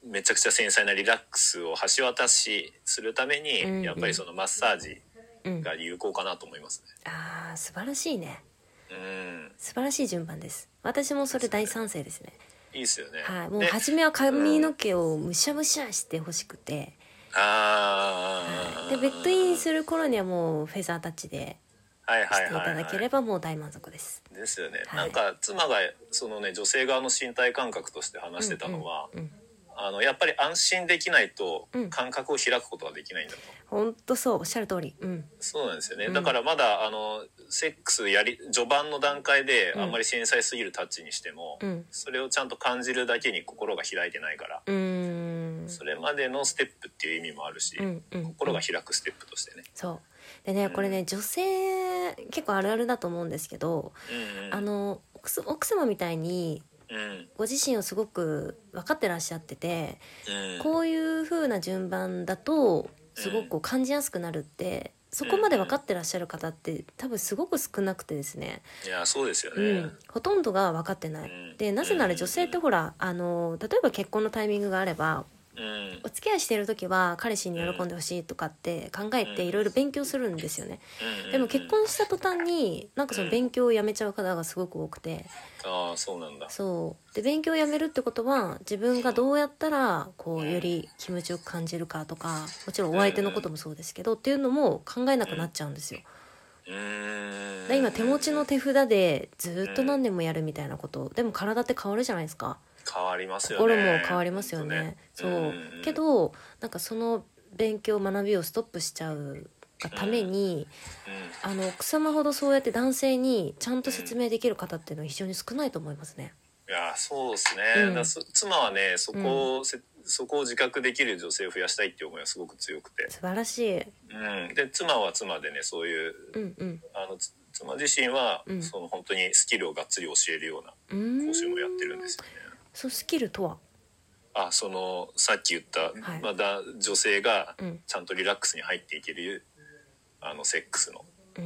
Speaker 2: めちゃくちゃ繊細なリラックスを橋渡しするために、
Speaker 1: うん
Speaker 2: やっぱりそのマッサージ
Speaker 1: うん
Speaker 2: が有効かなと思います
Speaker 1: あー素晴らしいね
Speaker 2: ねうん
Speaker 1: 素晴らしい順番です私もそれ大賛成ですね
Speaker 2: いいですよね、
Speaker 1: はいもう
Speaker 2: で
Speaker 1: 初めは髪の毛をむしゃむしゃしてほしくて、
Speaker 2: あー
Speaker 1: でベッドインする頃にはもうフェザータッチで
Speaker 2: はいは
Speaker 1: し
Speaker 2: い
Speaker 1: てい
Speaker 2: はいは
Speaker 1: た
Speaker 2: い
Speaker 1: だければもう大満足です、
Speaker 2: ですよね、
Speaker 1: はい
Speaker 2: なんか妻がそのね女性側の身体感覚として話してたのは、
Speaker 1: うん
Speaker 2: あのやっぱり安心できないと
Speaker 1: うん
Speaker 2: 感覚を開くことはできないんだと、
Speaker 1: ほんとそうおっしゃる通りうん
Speaker 2: そうなんですよね、
Speaker 1: うん
Speaker 2: だからまだあのセックスやり序盤の段階で
Speaker 1: うん
Speaker 2: あんまり繊細すぎるタッチにしても、
Speaker 1: うん
Speaker 2: それをちゃんと感じるだけに心が開いてないから、
Speaker 1: うーん
Speaker 2: それまでのステップっていう意味もあるし、
Speaker 1: うんうん
Speaker 2: 心が開くステップとしてね、
Speaker 1: そうでね
Speaker 2: うん
Speaker 1: これね女性結構あるあるだと思うんですけど、
Speaker 2: うんうん
Speaker 1: あの奥す奥様みたいに
Speaker 2: うん
Speaker 1: ご自身をすごく分かってらっしゃってて、
Speaker 2: うん
Speaker 1: こういう風な順番だとすごくこう感じやすくなるってそこまで分かってらっしゃる方って多分すごく少なくてですね、
Speaker 2: いやそうですよね、
Speaker 1: うん、ほとんどが分かってない。でなぜなら女性ってほらあの例えば結婚のタイミングがあれば
Speaker 2: うん
Speaker 1: お付き合いしてる時は彼氏に喜んでほしいとかって考えていろいろ勉強するんですよね。でも結婚した途端になんかその勉強をやめちゃう方がすごく多くて
Speaker 2: ああそうなんだ
Speaker 1: そうで勉強をやめるってことは自分がどうやったらこうより気持ちよく感じるかとかもちろんお相手のこともそうですけどっていうのも考えなくなっちゃうんですよ。
Speaker 2: うーん
Speaker 1: で今手持ちの手札でずっと何年もやるみたいなことでも体って変わるじゃないですか。
Speaker 2: 変わりますよね
Speaker 1: 心も変わりますよね。そ
Speaker 2: ほん
Speaker 1: う
Speaker 2: とねんん
Speaker 1: けどなんかその勉強学びをストップしちゃうがために、
Speaker 2: うん
Speaker 1: あの奥様ほどそうやって男性にちゃんと説明できる方っていうのは非常に少ないと思いますね。
Speaker 2: いやそうですね、
Speaker 1: うん
Speaker 2: だからそ妻はねそこを、せそこを自覚できる女性を増やしたいっていう思いはすごく強くて、
Speaker 1: 素晴らしい。
Speaker 2: うん、で妻は妻でねそういう
Speaker 1: うんうん。
Speaker 2: あのつ妻自身は、
Speaker 1: うん
Speaker 2: その本当にスキルをがっつり教えるような
Speaker 1: うーん
Speaker 2: 講習もやってるんですよね。
Speaker 1: そうスキルとは。
Speaker 2: あそのさっき言った、
Speaker 1: はい
Speaker 2: まだ女性が
Speaker 1: うん
Speaker 2: ちゃんとリラックスに入っていけるあのセックスの
Speaker 1: うー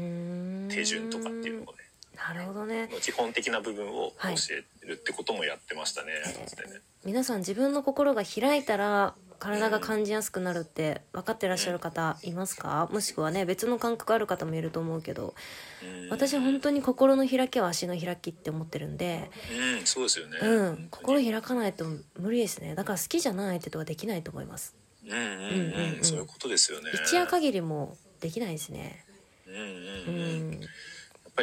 Speaker 1: ん
Speaker 2: 手順とかっていうのをね
Speaker 1: なるほどね。
Speaker 2: 基本的な部分を
Speaker 1: はい
Speaker 2: 教えるってこともやってましたね。でね
Speaker 1: 皆さん自分の心が開いたら体が感じやすくなるって分かってらっしゃる方いますかもしくはね別の感覚ある方もいると思うけど
Speaker 2: うん
Speaker 1: 私本当に心の開きは足の開きって思ってるんで
Speaker 2: うん、そうですよね。
Speaker 1: うん
Speaker 2: 本当に
Speaker 1: 心開かないと無理ですねだから好きじゃない相手とはできないと思います
Speaker 2: うんうん
Speaker 1: うん
Speaker 2: う
Speaker 1: うん
Speaker 2: ん、そういうことですよね。
Speaker 1: 一夜限りもできないですね
Speaker 2: うんう
Speaker 1: うん
Speaker 2: うん。や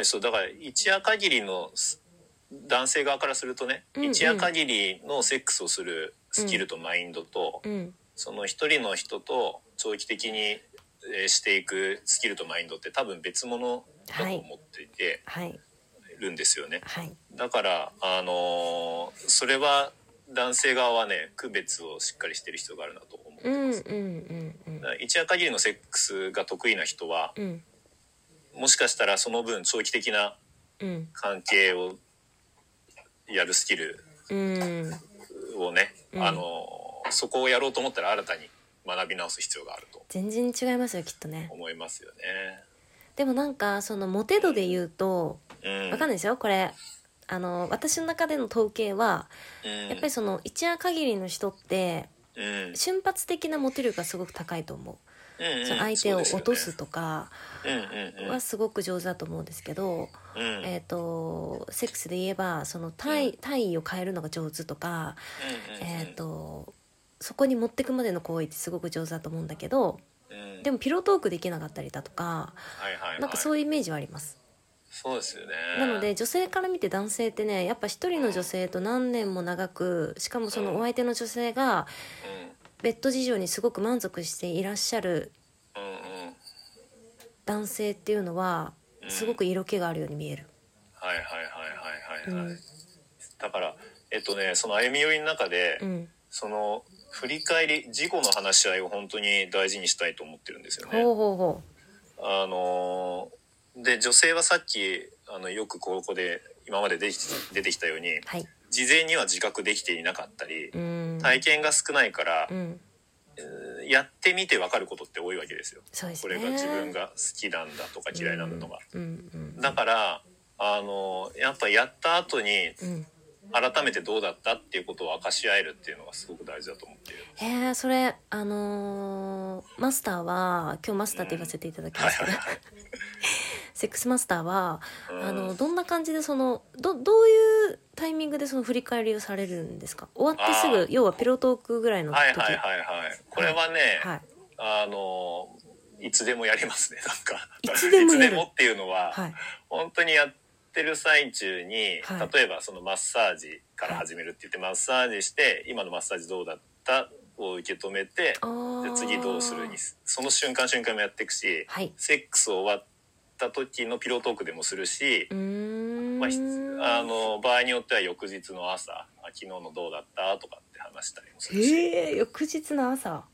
Speaker 1: ん
Speaker 2: っぱりそうだから一夜限りのす男性側からするとね、
Speaker 1: うんうん
Speaker 2: 一夜限りのセックスをするスキルとマインドと、
Speaker 1: うん
Speaker 2: その一人の人と長期的にえーしていくスキルとマインドって多分別物だと思っていて
Speaker 1: はい
Speaker 2: るんですよね。
Speaker 1: はい
Speaker 2: だからあのーそれは男性側はね区別をしっかりしてる必要があるなと思って
Speaker 1: うんうん
Speaker 2: ま
Speaker 1: う
Speaker 2: す。
Speaker 1: んうん
Speaker 2: だから一夜限りのセックスが得意な人は
Speaker 1: うん
Speaker 2: もしかしたらその分長期的な
Speaker 1: うん
Speaker 2: 関係をやるスキル
Speaker 1: うん
Speaker 2: をね、
Speaker 1: うん
Speaker 2: あのそこをやろうと思ったら新たに学び直す必要があると
Speaker 1: 全然違いますよきっとね
Speaker 2: 思いますよ
Speaker 1: でもなんかそのモテ度で言うと
Speaker 2: ね。うん、
Speaker 1: わかんないですよこれあの私の中での統計は
Speaker 2: うん
Speaker 1: やっぱりその一夜限りの人って
Speaker 2: うん
Speaker 1: 瞬発的なモテ力がすごく高いと思う
Speaker 2: うんうん
Speaker 1: その相手を落とすとか
Speaker 2: そうですよね
Speaker 1: はすごく上手だと思うんですけど、
Speaker 2: うんうんうん
Speaker 1: えっ、とセックスで言えばその体体位を変えるのが上手とか、
Speaker 2: うんうんうん
Speaker 1: えっ、とそこに持ってくまでの行為ってすごく上手だと思うんだけど
Speaker 2: うん
Speaker 1: でもピロートークできなかったりだとか
Speaker 2: はいはいはい
Speaker 1: なんかそういうイメージはあります。
Speaker 2: そうですよね。
Speaker 1: なので女性から見て男性ってねやっぱ一人の女性と何年も長くしかもそのお相手の女性がベッド事情にすごく満足していらっしゃる
Speaker 2: うんうんうん
Speaker 1: 男性っていうのは
Speaker 2: うん
Speaker 1: すごく色気があるように見える。
Speaker 2: はいはいはいはいはいはい、
Speaker 1: うん
Speaker 2: だからえっとねその歩み寄りの中で、
Speaker 1: うん、
Speaker 2: その振り返り事故の話し合いを本当に大事にしたいと思ってるんですよ
Speaker 1: ほう
Speaker 2: ね。
Speaker 1: ほうほ
Speaker 2: あのーで女性はさっきあのよくここで今まででき出てきたように
Speaker 1: うはい。
Speaker 2: 事前には自覚できていなかったり
Speaker 1: うん、
Speaker 2: 体験が少ないから
Speaker 1: う、ん、
Speaker 2: やってみて分かることって多いわけですよ。
Speaker 1: そうです
Speaker 2: こ
Speaker 1: ね。
Speaker 2: れが自分が好きなんだとか嫌いなんだとか。
Speaker 1: うんうん
Speaker 2: だからあのーやっぱやった後に
Speaker 1: うんうん。
Speaker 2: 改めてどうだったっていうことを明かし合えるっていうのがすごく大事だと思っている。
Speaker 1: へえそれあのーマスターは今日マスターって言わせていただきましたね。セックスマスターは
Speaker 2: うん
Speaker 1: あのどんな感じでそのどどういうタイミングでその振り返りをされるんですか終わってす
Speaker 2: あ
Speaker 1: ぐ
Speaker 2: ー
Speaker 1: 要はペロトークぐらいの時
Speaker 2: はいはいはいはい。これはね、
Speaker 1: はい
Speaker 2: あのいつでもやりますね。なんか
Speaker 1: いつでもやる
Speaker 2: いつでもっていうのは、
Speaker 1: はい
Speaker 2: 本当にやってる最中に、
Speaker 1: はい
Speaker 2: 例えばそのマッサージから始めるって言ってマッサージして今のマッサージどうだったを受け止めて
Speaker 1: あー
Speaker 2: で次どうするにその瞬間瞬間もやっていくし、
Speaker 1: はい
Speaker 2: セックス終わった時のピロートークでもするし
Speaker 1: う、ーん
Speaker 2: まあひあの場合によっては翌日の朝あ昨日のどうだったとかって話したりもするし。
Speaker 1: へえ翌日の朝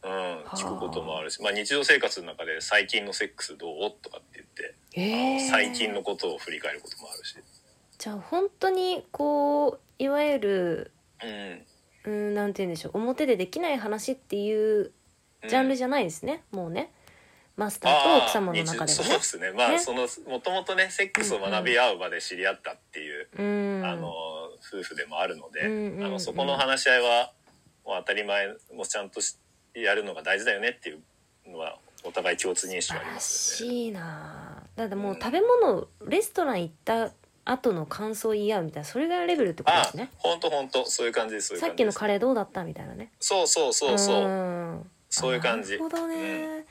Speaker 2: うん、聞くこともあるし、まあ、日常生活の中で最近のセックスどうとかって言って、
Speaker 1: へえ
Speaker 2: 最近のことを振り返ることもあるし、
Speaker 1: じゃあ本当にこういわゆる
Speaker 2: うん、
Speaker 1: うーんなんて言うんでしょう表でできない話っていうジャンルじゃないですね、もうねマスターと奥様の中
Speaker 2: あー
Speaker 1: で
Speaker 2: 日
Speaker 1: も
Speaker 2: そう
Speaker 1: ね
Speaker 2: ですねまあ
Speaker 1: ね
Speaker 2: そのもともとねセックスを学び合う場で知り合ったっていう、
Speaker 1: うーん
Speaker 2: あの夫婦でもあるので、
Speaker 1: うんうんうん
Speaker 2: あのそこの話し合いはもう当たり前もうちゃんとしやるのが大事だよねっていうのはお互い共通認
Speaker 1: 素
Speaker 2: 識は
Speaker 1: 晴
Speaker 2: あり
Speaker 1: ら
Speaker 2: ますよね。
Speaker 1: しいなだってもううん食べ物レストラン行った後の感想言い合うみたいなそれがレベルってことで
Speaker 2: あ
Speaker 1: すね
Speaker 2: 本当本当そういう感じですそういう
Speaker 1: さっ
Speaker 2: 感
Speaker 1: き
Speaker 2: じで
Speaker 1: の
Speaker 2: す
Speaker 1: カレーどうだったみたいなね
Speaker 2: そうそうそうそうう
Speaker 1: ーん
Speaker 2: そういう感じ
Speaker 1: なるほどね、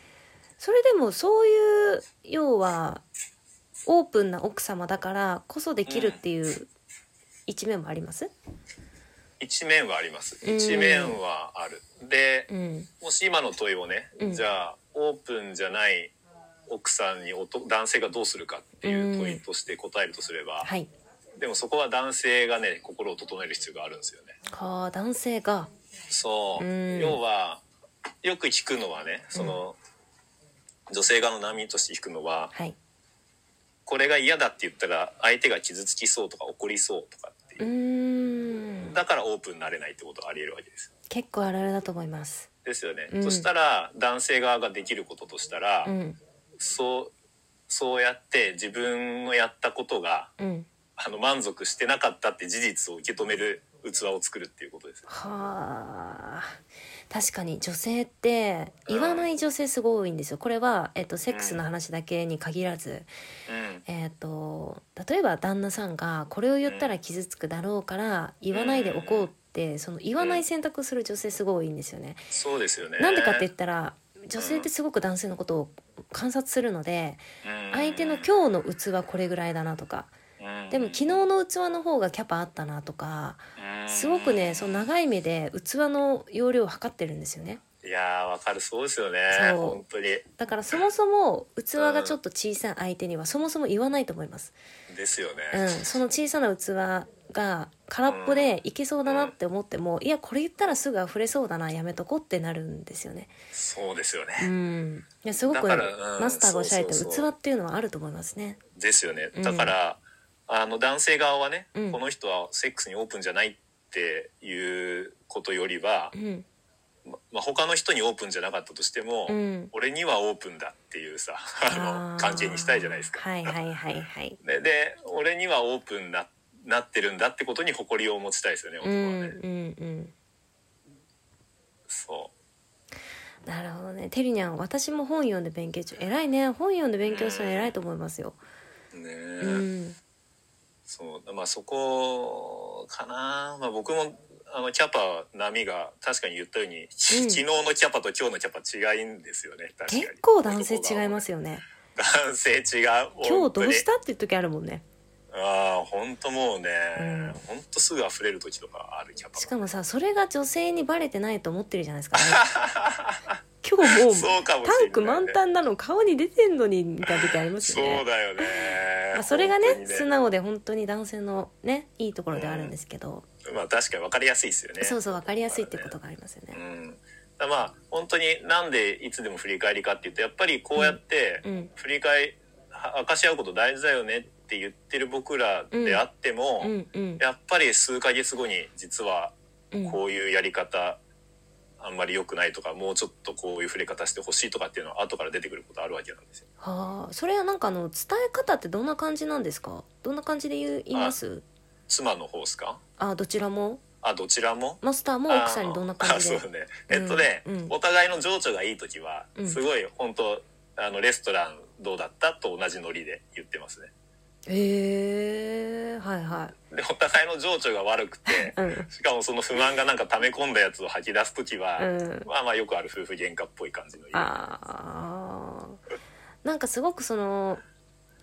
Speaker 1: それでもそういう要はオープンな奥様だからこそできるっていう一面もあります
Speaker 2: 一面はあります
Speaker 1: うん
Speaker 2: 一面はあるで
Speaker 1: うん
Speaker 2: もし今の問いをね、
Speaker 1: うん
Speaker 2: じゃあオープンじゃない奥さんにおと男性がどうするかっていう問いとして答えるとすれば、
Speaker 1: はい
Speaker 2: でもそこは男性がね心を整える必要があるんですよね。
Speaker 1: はあ男性が
Speaker 2: そう、
Speaker 1: うん
Speaker 2: 要はよく聞くのはねその、女性側の難民として聞くのは
Speaker 1: はい
Speaker 2: これが嫌だって言ったら相手が傷つきそうとか怒りそうとかっていうう、
Speaker 1: ーん
Speaker 2: だからオープンになれないってことはありえるわけですよ。
Speaker 1: 結構あるあるだと思います
Speaker 2: ですよね、
Speaker 1: うん
Speaker 2: そしたら男性側ができることとしたら、
Speaker 1: うん
Speaker 2: そうそうやって自分のやったことが
Speaker 1: うん
Speaker 2: あの満足してなかったって事実を受け止める器を作るっていうことですよ。
Speaker 1: はあ確かに女性って言わない女性すごい多いんですよこれは、えっと、セックスの話だけに限らず、
Speaker 2: うん
Speaker 1: えっと、例えば旦那さんがこれを言ったら傷つくだろうから言わないでおこうってその言わない選択をする女性すごい多いんですよね。
Speaker 2: そうですよね。
Speaker 1: なんでかって言ったら女性ってすごく男性のことを観察するので
Speaker 2: うん
Speaker 1: 相手の今日の器これぐらいだなとか
Speaker 2: うん
Speaker 1: でも昨日の器の方がキャパあったなとかすごくねその長い目で器の容量を測ってるんですよね
Speaker 2: いやーわかるそうですよね
Speaker 1: そう
Speaker 2: 本当に
Speaker 1: だからそもそも器がちょっと小さい相手にはそもそも言わないと思います、
Speaker 2: ですよね。
Speaker 1: うん、その小さな器が空っぽでいけそうだなって思ってもいやこれ言ったらすぐ溢れそうだなやめとこうってなるんですよね
Speaker 2: そうですよ
Speaker 1: う
Speaker 2: ね。
Speaker 1: んいやすごく
Speaker 2: だからうん
Speaker 1: マスターがおっしゃられた
Speaker 2: そう
Speaker 1: 器
Speaker 2: そうそう
Speaker 1: っていうのはあると思いますね
Speaker 2: ですよね
Speaker 1: う。ん
Speaker 2: だから、あの男性側はね、
Speaker 1: うん
Speaker 2: この人はセックスにオープンじゃないっていうことよりは
Speaker 1: う、ん
Speaker 2: ままあ、他の人にオープンじゃなかったとしても、
Speaker 1: うん
Speaker 2: 俺にはオープンだっていうさ あ
Speaker 1: あ
Speaker 2: の
Speaker 1: ー
Speaker 2: 関係にしたいじゃないですか。
Speaker 1: はいはいはい はい
Speaker 2: でで俺にはオープンななってるんだってことに誇りを持ちたいですよね
Speaker 1: う
Speaker 2: 男
Speaker 1: ん
Speaker 2: は
Speaker 1: う
Speaker 2: ね。
Speaker 1: んうん
Speaker 2: そ
Speaker 1: なるほどねてりにゃん私も本読んで勉強中偉いね本読んで勉強するの偉いと思いますよ
Speaker 2: うね
Speaker 1: う
Speaker 2: え、
Speaker 1: ん
Speaker 2: そうまあそこかな、まあ、僕もあのキャパ波が確かに言ったように、昨日のキャパと今日のキャパ違いんですよね確かに
Speaker 1: 結構男性違いますよね
Speaker 2: 男性違う
Speaker 1: 今日どうし
Speaker 2: 本
Speaker 1: たっていう時あるもんね
Speaker 2: 当にああ本当もうね、
Speaker 1: うん
Speaker 2: ほん、本当すぐ溢れる時とかあるキャパ
Speaker 1: しかもさそれが女性にバレてないと思ってるじゃないですか、ね、今日もう
Speaker 2: そうかもしれな
Speaker 1: タ
Speaker 2: い、ね、
Speaker 1: ンク満タンなの顔に出てんのにみたいな時ありますよね
Speaker 2: そうだよね
Speaker 1: まあ、それが
Speaker 2: 本
Speaker 1: ね
Speaker 2: 当に
Speaker 1: 素直で本当に男性のねいいところではあるんですけど、
Speaker 2: まあ確かに分かりやすいですよね
Speaker 1: そうそう分かりやすいってことがありますよね。
Speaker 2: うん、だからまあ本当になんでいつでも振り返りかっていうとやっぱりこうやって
Speaker 1: うん
Speaker 2: 振り返は明かし合うこと大事だよねって言ってる僕らであっても、
Speaker 1: うんうん
Speaker 2: やっぱり数ヶ月後に実は
Speaker 1: うん
Speaker 2: こういうやり方あんまり良くないとかもうちょっとこういう触れ方してほしいとかっていうのは後から出てくることあるわけなんですよ。
Speaker 1: はあそれはなんかあの伝え方ってどんな感じなんですかどんな感じで言う言います
Speaker 2: 妻の方ですか
Speaker 1: あどちらも
Speaker 2: あどちらも
Speaker 1: マスターも
Speaker 2: あー
Speaker 1: 奥さんにどんな感じで
Speaker 2: あそうねえっとね、
Speaker 1: うんうん
Speaker 2: お互いの情緒がいい時は
Speaker 1: うん
Speaker 2: すごい本当あのレストランどうだったと同じノリで言ってますね
Speaker 1: へえはいは
Speaker 2: でお互いの情緒が悪くて
Speaker 1: いうん
Speaker 2: しかもその不満がなんか溜め込んだやつを吐き出す時は、
Speaker 1: うん
Speaker 2: まあまあよくある夫婦喧嘩っぽい感じの言い方
Speaker 1: あーなんかすごくその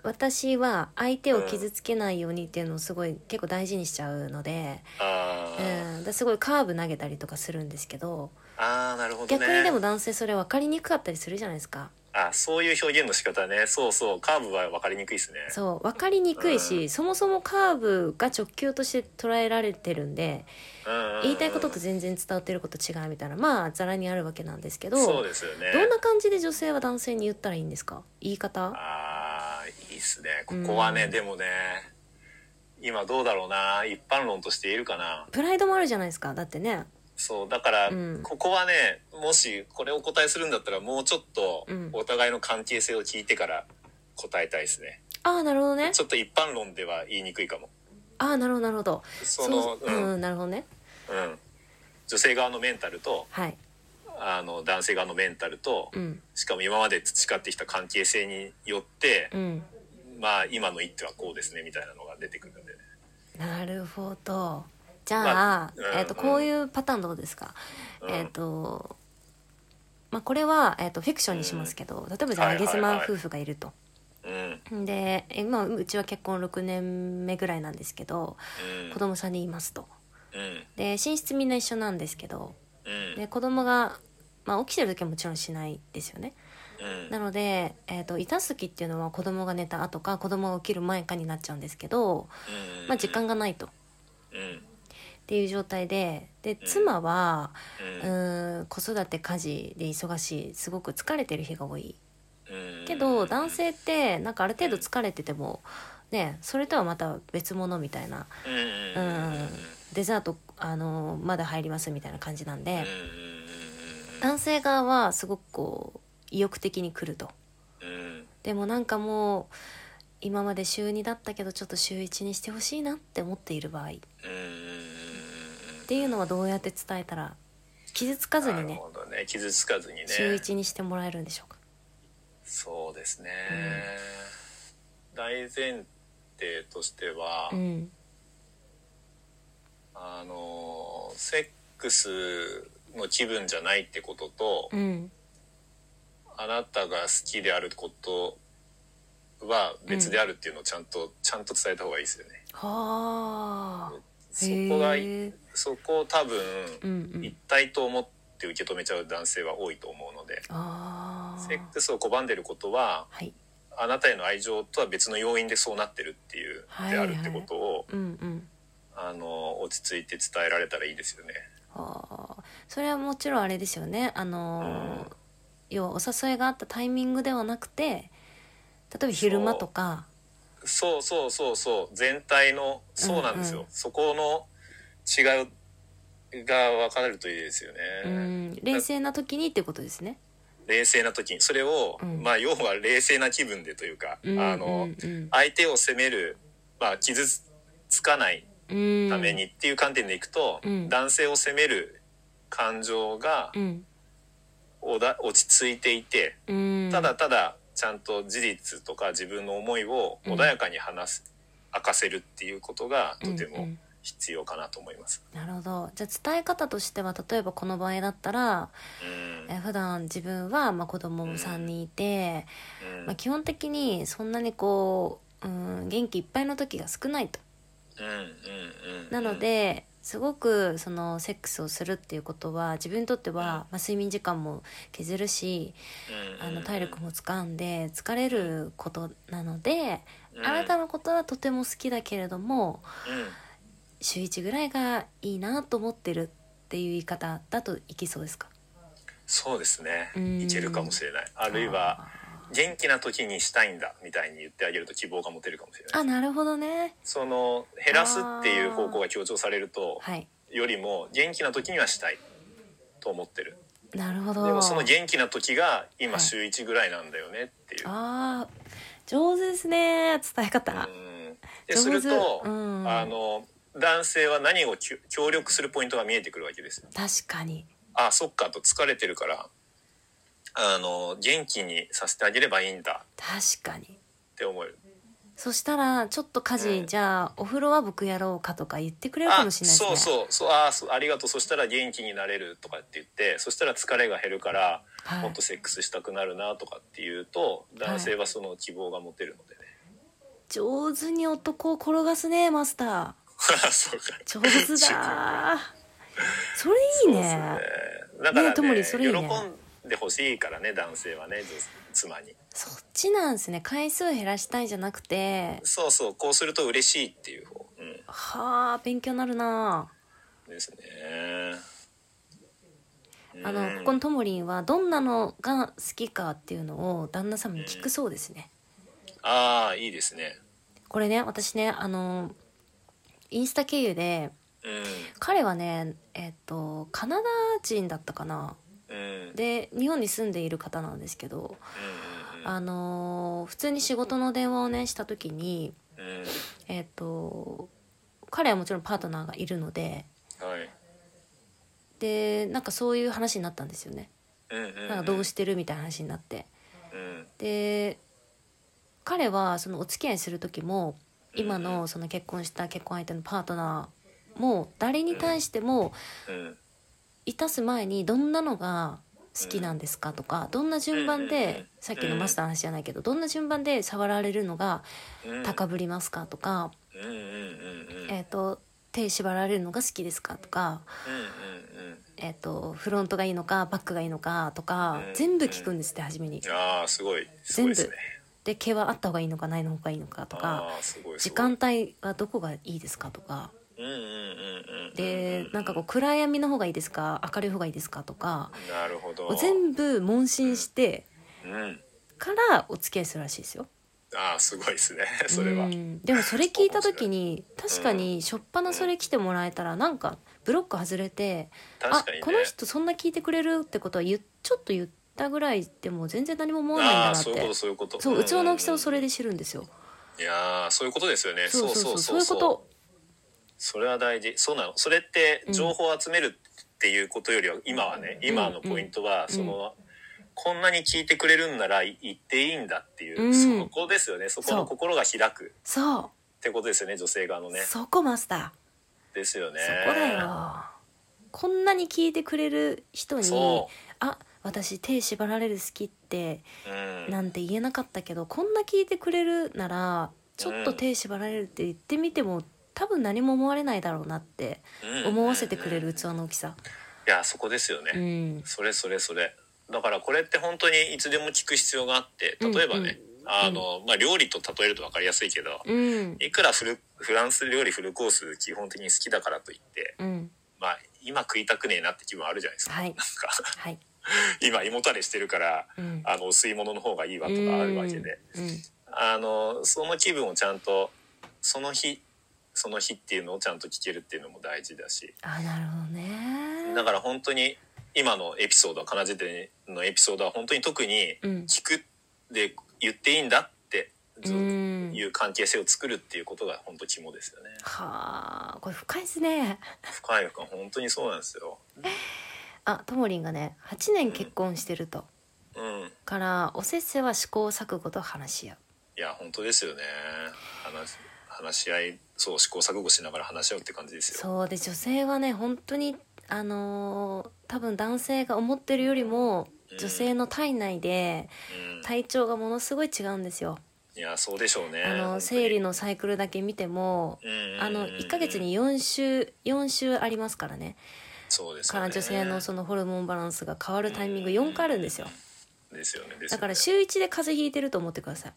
Speaker 1: 私は相手を傷つけないようにっていうのをすごい結構大事にしちゃうので、
Speaker 2: あ
Speaker 1: う
Speaker 2: ー、
Speaker 1: ん、だすごいカーブ投げたりとかするんですけど
Speaker 2: あーなるほどね
Speaker 1: 逆にでも男性それ分かりにくかったりするじゃないですか
Speaker 2: あそういう表現の仕方ねそうそうカーブは分かりにくいですね
Speaker 1: そう分かりにくいし、
Speaker 2: う
Speaker 1: そもそもカーブが直球として捉えられてるんで
Speaker 2: うんうんうん
Speaker 1: 言いたいことと全然伝わってること違うみたいなまあざらにあるわけなんですけど
Speaker 2: そうですよね
Speaker 1: どんな感じで女性は男性に言ったらいいんですか言い方
Speaker 2: あーいいっすねここはね、
Speaker 1: うん
Speaker 2: でもね今どうだろうな一般論としているかな
Speaker 1: プライドもあるじゃないですかだってね
Speaker 2: そうだから、
Speaker 1: うん
Speaker 2: ここはねもしこれお答えするんだったらもうちょっと
Speaker 1: うん
Speaker 2: お互いの関係性を聞いてから答えたいですね、
Speaker 1: ああなるほどね
Speaker 2: ちょっと一般論では言いにくいかも
Speaker 1: ああなるほどなるほど
Speaker 2: その
Speaker 1: う、
Speaker 2: うんん、うん、
Speaker 1: なるほどね
Speaker 2: 女性側のメンタルと
Speaker 1: はい
Speaker 2: あの男性側のメンタルと、
Speaker 1: うん
Speaker 2: しかも今まで培ってきた関係性によって、
Speaker 1: うん
Speaker 2: まあ今の一手はこうですねみたいなのが出てくるんで、
Speaker 1: なるほどじゃあ、
Speaker 2: まあうん
Speaker 1: えっとこういうパターンどうですか、
Speaker 2: うん
Speaker 1: えっ、とまあこれは、えっとフィクションにしますけど、例えばじゃあ
Speaker 2: はい
Speaker 1: 上
Speaker 2: はいはい
Speaker 1: 妻夫婦がいると、
Speaker 2: うん
Speaker 1: でえ今うちは結婚6年目ぐらいなんですけど
Speaker 2: うん
Speaker 1: 子供さんにいますと
Speaker 2: うん
Speaker 1: で寝室みんな一緒なんですけど
Speaker 2: うん
Speaker 1: で子供がまあ、起きてる時はもちろんしないですよね
Speaker 2: うん
Speaker 1: なので、えー、といたす時っていうのは子供が寝た後か子供が起きる前かになっちゃうんですけど、
Speaker 2: うん
Speaker 1: まあ、時間がないとっ
Speaker 2: うんうん
Speaker 1: ていう状態でで
Speaker 2: うん
Speaker 1: 妻はう
Speaker 2: うん
Speaker 1: ーん子育て家事で忙しいすごく疲れてる日が多い
Speaker 2: うん
Speaker 1: けど男性ってなんかある程度疲れててもねそれとはまた別物みたいな
Speaker 2: うんうんうんうん
Speaker 1: デザートあのまだ入りますみたいな感じなんで
Speaker 2: う
Speaker 1: 男性側はすごくこう意欲的に来ると。
Speaker 2: んうんうん
Speaker 1: でもなんかもう今まで週2だったけどちょっと週1にしてほしいなって思っている場合っ
Speaker 2: うんうんうん
Speaker 1: ていうのはどうやって伝えたら傷つかず
Speaker 2: な
Speaker 1: に
Speaker 2: る
Speaker 1: ね
Speaker 2: ほどね傷つかずにね
Speaker 1: 週1にしてもらえるんでしょうか
Speaker 2: そうですね、大前提としては、
Speaker 1: うん
Speaker 2: あのセックスの気分じゃないってことと、
Speaker 1: うん
Speaker 2: あなたが好きであることは別であるっていうのをちゃんと、ちゃんと伝えた方がいいですよね。
Speaker 1: はあ
Speaker 2: そこが
Speaker 1: へえ
Speaker 2: そこを多分
Speaker 1: うんう
Speaker 2: 一
Speaker 1: ん
Speaker 2: 体と思って受け止めちゃう男性は多いと思うので、
Speaker 1: あ
Speaker 2: セッ
Speaker 1: あ
Speaker 2: クスを拒んでることは
Speaker 1: はい
Speaker 2: あなたへの愛情とは別の要因でそうなってるっていう、
Speaker 1: はい
Speaker 2: であるってことを
Speaker 1: うんうん
Speaker 2: あの落ち着いて伝えられたらいいですよね。
Speaker 1: ああそれはもちろんあれですよねあのー要はお誘いがあったタイミングではなくて例えば昼間とか
Speaker 2: そうそうそうそう全体のそうなんですよ、
Speaker 1: うんうん
Speaker 2: そこの違いが分かるといいですよね。
Speaker 1: うん冷静な時にっていうことですね
Speaker 2: 冷静な時にそれを、
Speaker 1: うん
Speaker 2: まあ要は冷静な気分でというか、
Speaker 1: うん
Speaker 2: あの
Speaker 1: うんうん
Speaker 2: 相手を責める、まあ、傷つかないた
Speaker 1: た
Speaker 2: めにっていう観点でいくと、
Speaker 1: うん
Speaker 2: 男性を責める感情が
Speaker 1: うん、
Speaker 2: おだ落ち着いていて
Speaker 1: うん、
Speaker 2: ただただちゃんと事実とか自分の思いを穏やかに話す、明かせるっていうことがとて
Speaker 1: うんう
Speaker 2: も
Speaker 1: ん
Speaker 2: 必要かなと思います。
Speaker 1: なるほどじゃあ伝え方としては例えばこの場合だったら、
Speaker 2: うん
Speaker 1: え普段自分はまあ子供も3人いて、
Speaker 2: うん
Speaker 1: まあ、基本的にそんなにこう、うん、元気いっぱいの時が少ないと
Speaker 2: うんうんうん
Speaker 1: なので、すごくそのセックスをするっていうことは自分にとっては、まあ、睡眠時間も削るしあの体力も使うんで疲れることなので、あなたのことはとても好きだけれども週1ぐらいがいいなと思ってるっていう言い方だといきそうですか
Speaker 2: そうですね
Speaker 1: うん
Speaker 2: いけるかもしれないあるいは元気な時にしたいんだみたいに言ってあげると希望が持てるかもしれない
Speaker 1: あなるほどね
Speaker 2: その減らすっていう方向が強調されると
Speaker 1: はい
Speaker 2: よりも元気な時にはしたいと思ってる
Speaker 1: なるほ
Speaker 2: で
Speaker 1: ど
Speaker 2: もその元気な時が
Speaker 1: は
Speaker 2: 今
Speaker 1: い
Speaker 2: 週1ぐらいなんだよねっていう
Speaker 1: あー上手ですね伝え方、
Speaker 2: うん
Speaker 1: 上
Speaker 2: で
Speaker 1: 手
Speaker 2: すると、
Speaker 1: うん
Speaker 2: あの男性は何をきゅ協力するポイントが見えてくるわけですよ
Speaker 1: 確かに
Speaker 2: あそっかと疲れてるからあの元気にさせてあげればいいんだ
Speaker 1: 確かに
Speaker 2: って思える
Speaker 1: そしたらちょっと家事、
Speaker 2: うん
Speaker 1: じゃあお風呂は僕やろうかとか言ってくれるかもしれないですね
Speaker 2: あそうそうそうあそうありがとうそしたら元気になれるとかって言ってそしたら疲れが減るから、
Speaker 1: は
Speaker 2: も
Speaker 1: い
Speaker 2: っとセックスしたくなるなとかっていうと男性はその希望が持てるのでね、
Speaker 1: 上手に男を転がすねマスタ
Speaker 2: そうか
Speaker 1: ー上手 だーそれいいね
Speaker 2: だから
Speaker 1: ねと
Speaker 2: ね
Speaker 1: もりそれいいね
Speaker 2: 喜んでほしいからね男性はね女妻に
Speaker 1: そっちなんですね回数減らしたいんじゃなくて
Speaker 2: そうそうこうすると嬉しいっていう方、う
Speaker 1: はあ勉強になるなあ
Speaker 2: ん、ですね
Speaker 1: あ
Speaker 2: うん
Speaker 1: のここのともりんはどんなのが好きかっていうのを旦那様に聞くそうですね
Speaker 2: ああいいですね
Speaker 1: これね私ねあのインスタ経由で
Speaker 2: う
Speaker 1: 彼はねえっ、とカナダ人だったかなん
Speaker 2: うん
Speaker 1: で日本に住んでいる方なんですけど、
Speaker 2: うん
Speaker 1: あのー普通に仕事の電話をねした時に
Speaker 2: うんうん
Speaker 1: えっ、と彼はもちろんパートナーがいるので
Speaker 2: うんはい
Speaker 1: でなんかそういう話になったんですよね
Speaker 2: うんうん
Speaker 1: なんかどうしてるみたいな話になって
Speaker 2: うん
Speaker 1: で彼はそのお付き合いする時も今
Speaker 2: うん
Speaker 1: のその結婚した結婚相手のパートナーも誰に対しても
Speaker 2: うん
Speaker 1: いたす前にどんなのが好きなんですかとかどんな順番
Speaker 2: うんうんうん
Speaker 1: でさっきのマスターの話じゃないけどどんな順番で触られるのが
Speaker 2: うん
Speaker 1: 高ぶりますかとか、
Speaker 2: うんうんうんうん
Speaker 1: えー、と手縛られるのが好きですかとか、
Speaker 2: うんうんうん
Speaker 1: えー、とフロントがいいのかバックがいいのかとか
Speaker 2: うん
Speaker 1: 全部聞くんですって初めに。
Speaker 2: ああすごいすごいですね
Speaker 1: で毛はあった方がいいのかないの方がいいのかとか
Speaker 2: ああすごいす
Speaker 1: 時
Speaker 2: ごい
Speaker 1: 間帯はどこがいいですかとか
Speaker 2: うんうんうんうん
Speaker 1: でなんかこう
Speaker 2: う
Speaker 1: 暗闇の方がいいですか明るい方がいいですかとか
Speaker 2: んなるほど
Speaker 1: 全部問診して
Speaker 2: うん
Speaker 1: からお付き合いするらしいですよ。
Speaker 2: ああすごいですね それは
Speaker 1: う
Speaker 2: うん
Speaker 1: んでもそれ聞いた時に確かに初っ端それ来てもらえたらなんかブロック外れて、あ
Speaker 2: 確かにね
Speaker 1: この人そんな聞いてくれるってことはゆちょっと言ったぐらいでも全然何も思わないんだ
Speaker 2: あ
Speaker 1: な
Speaker 2: あ
Speaker 1: って
Speaker 2: そういうことそういうこと
Speaker 1: そう器の大きさをそれ
Speaker 2: で
Speaker 1: で知るんですよ、
Speaker 2: いやーそういうことですよね
Speaker 1: そ
Speaker 2: そう
Speaker 1: そ
Speaker 2: うそうう
Speaker 1: そ
Speaker 2: そうう
Speaker 1: そういうこ
Speaker 2: それは大事そうなのそれって
Speaker 1: うん
Speaker 2: 情報を集めるっていうことよりは今はね今のポイントは
Speaker 1: うん
Speaker 2: その、こんなに聞いてくれるんならい言っていいんだっていう、
Speaker 1: うん
Speaker 2: そこですよねそこ
Speaker 1: そう
Speaker 2: の心が開く
Speaker 1: とそ
Speaker 2: ってことですよね女性側の
Speaker 1: う、
Speaker 2: ね
Speaker 1: そこマスタ
Speaker 2: ですよね
Speaker 1: ー、そこだよこんなに聞いてくれる人に
Speaker 2: そ
Speaker 1: あ私手縛られる好きって
Speaker 2: う、うん、
Speaker 1: なんて言えなかったけどこんな聞いてくれるならちょっと手縛られるって言ってみても多分何も思われないだろうなって
Speaker 2: うん
Speaker 1: 思わせてくれ
Speaker 2: うんい
Speaker 1: る器の大きさ
Speaker 2: やそこですよね、
Speaker 1: うん
Speaker 2: それそれそれだからこれって本当にいつでも聞く必要があって例えばね、あのまあ、料理と例えると分かりやすいけど、
Speaker 1: うん
Speaker 2: いくらフルフランス料理フルコース基本的に好きだからといって
Speaker 1: うん
Speaker 2: まあ今食いたくねえなって気分あるじゃないですか、
Speaker 1: はい
Speaker 2: なんか
Speaker 1: はい
Speaker 2: 今胃もたれしてるから
Speaker 1: うん
Speaker 2: あのお吸い物の方がいいわと
Speaker 1: うん
Speaker 2: かあるわけで、
Speaker 1: うん
Speaker 2: あのその気分をちゃんとその日その日っていうのをちゃんと聞けるっていうのも大事だし
Speaker 1: あなるほどね
Speaker 2: だから本当に今のエピソードはかなじてのエピソードは本当に特に
Speaker 1: うん
Speaker 2: 聞くで言っていいんだってず
Speaker 1: うん
Speaker 2: いう関係性を作るっていうことが本当肝ですよね。
Speaker 1: はあこれ深いですね
Speaker 2: 深い深い本当にそうなんですよ。
Speaker 1: あともりんがね8年結婚してると
Speaker 2: うん。
Speaker 1: からおせっせは試行錯誤と話し合う
Speaker 2: いや本当ですよね。話話し合いそう試行錯誤しながら話し合うって感じですよ。
Speaker 1: そうで女性はね本当にあのー多分男性が思ってるよりも
Speaker 2: うん
Speaker 1: 女性の体内で
Speaker 2: うん。
Speaker 1: 体調がものすごい違うんですよ
Speaker 2: いやそうでしょうね
Speaker 1: あ
Speaker 2: 本当
Speaker 1: の
Speaker 2: に
Speaker 1: 生理のサイクルだけ見ても
Speaker 2: うんうんうん
Speaker 1: あの1ヶ月に4週4週ありますからね
Speaker 2: そうです
Speaker 1: か
Speaker 2: よ
Speaker 1: ら
Speaker 2: ね
Speaker 1: 女性のそのホルモンバランスが変わるタイミング4回あるんですよ
Speaker 2: ですよねですよね
Speaker 1: だから週1で風邪ひいてると思ってください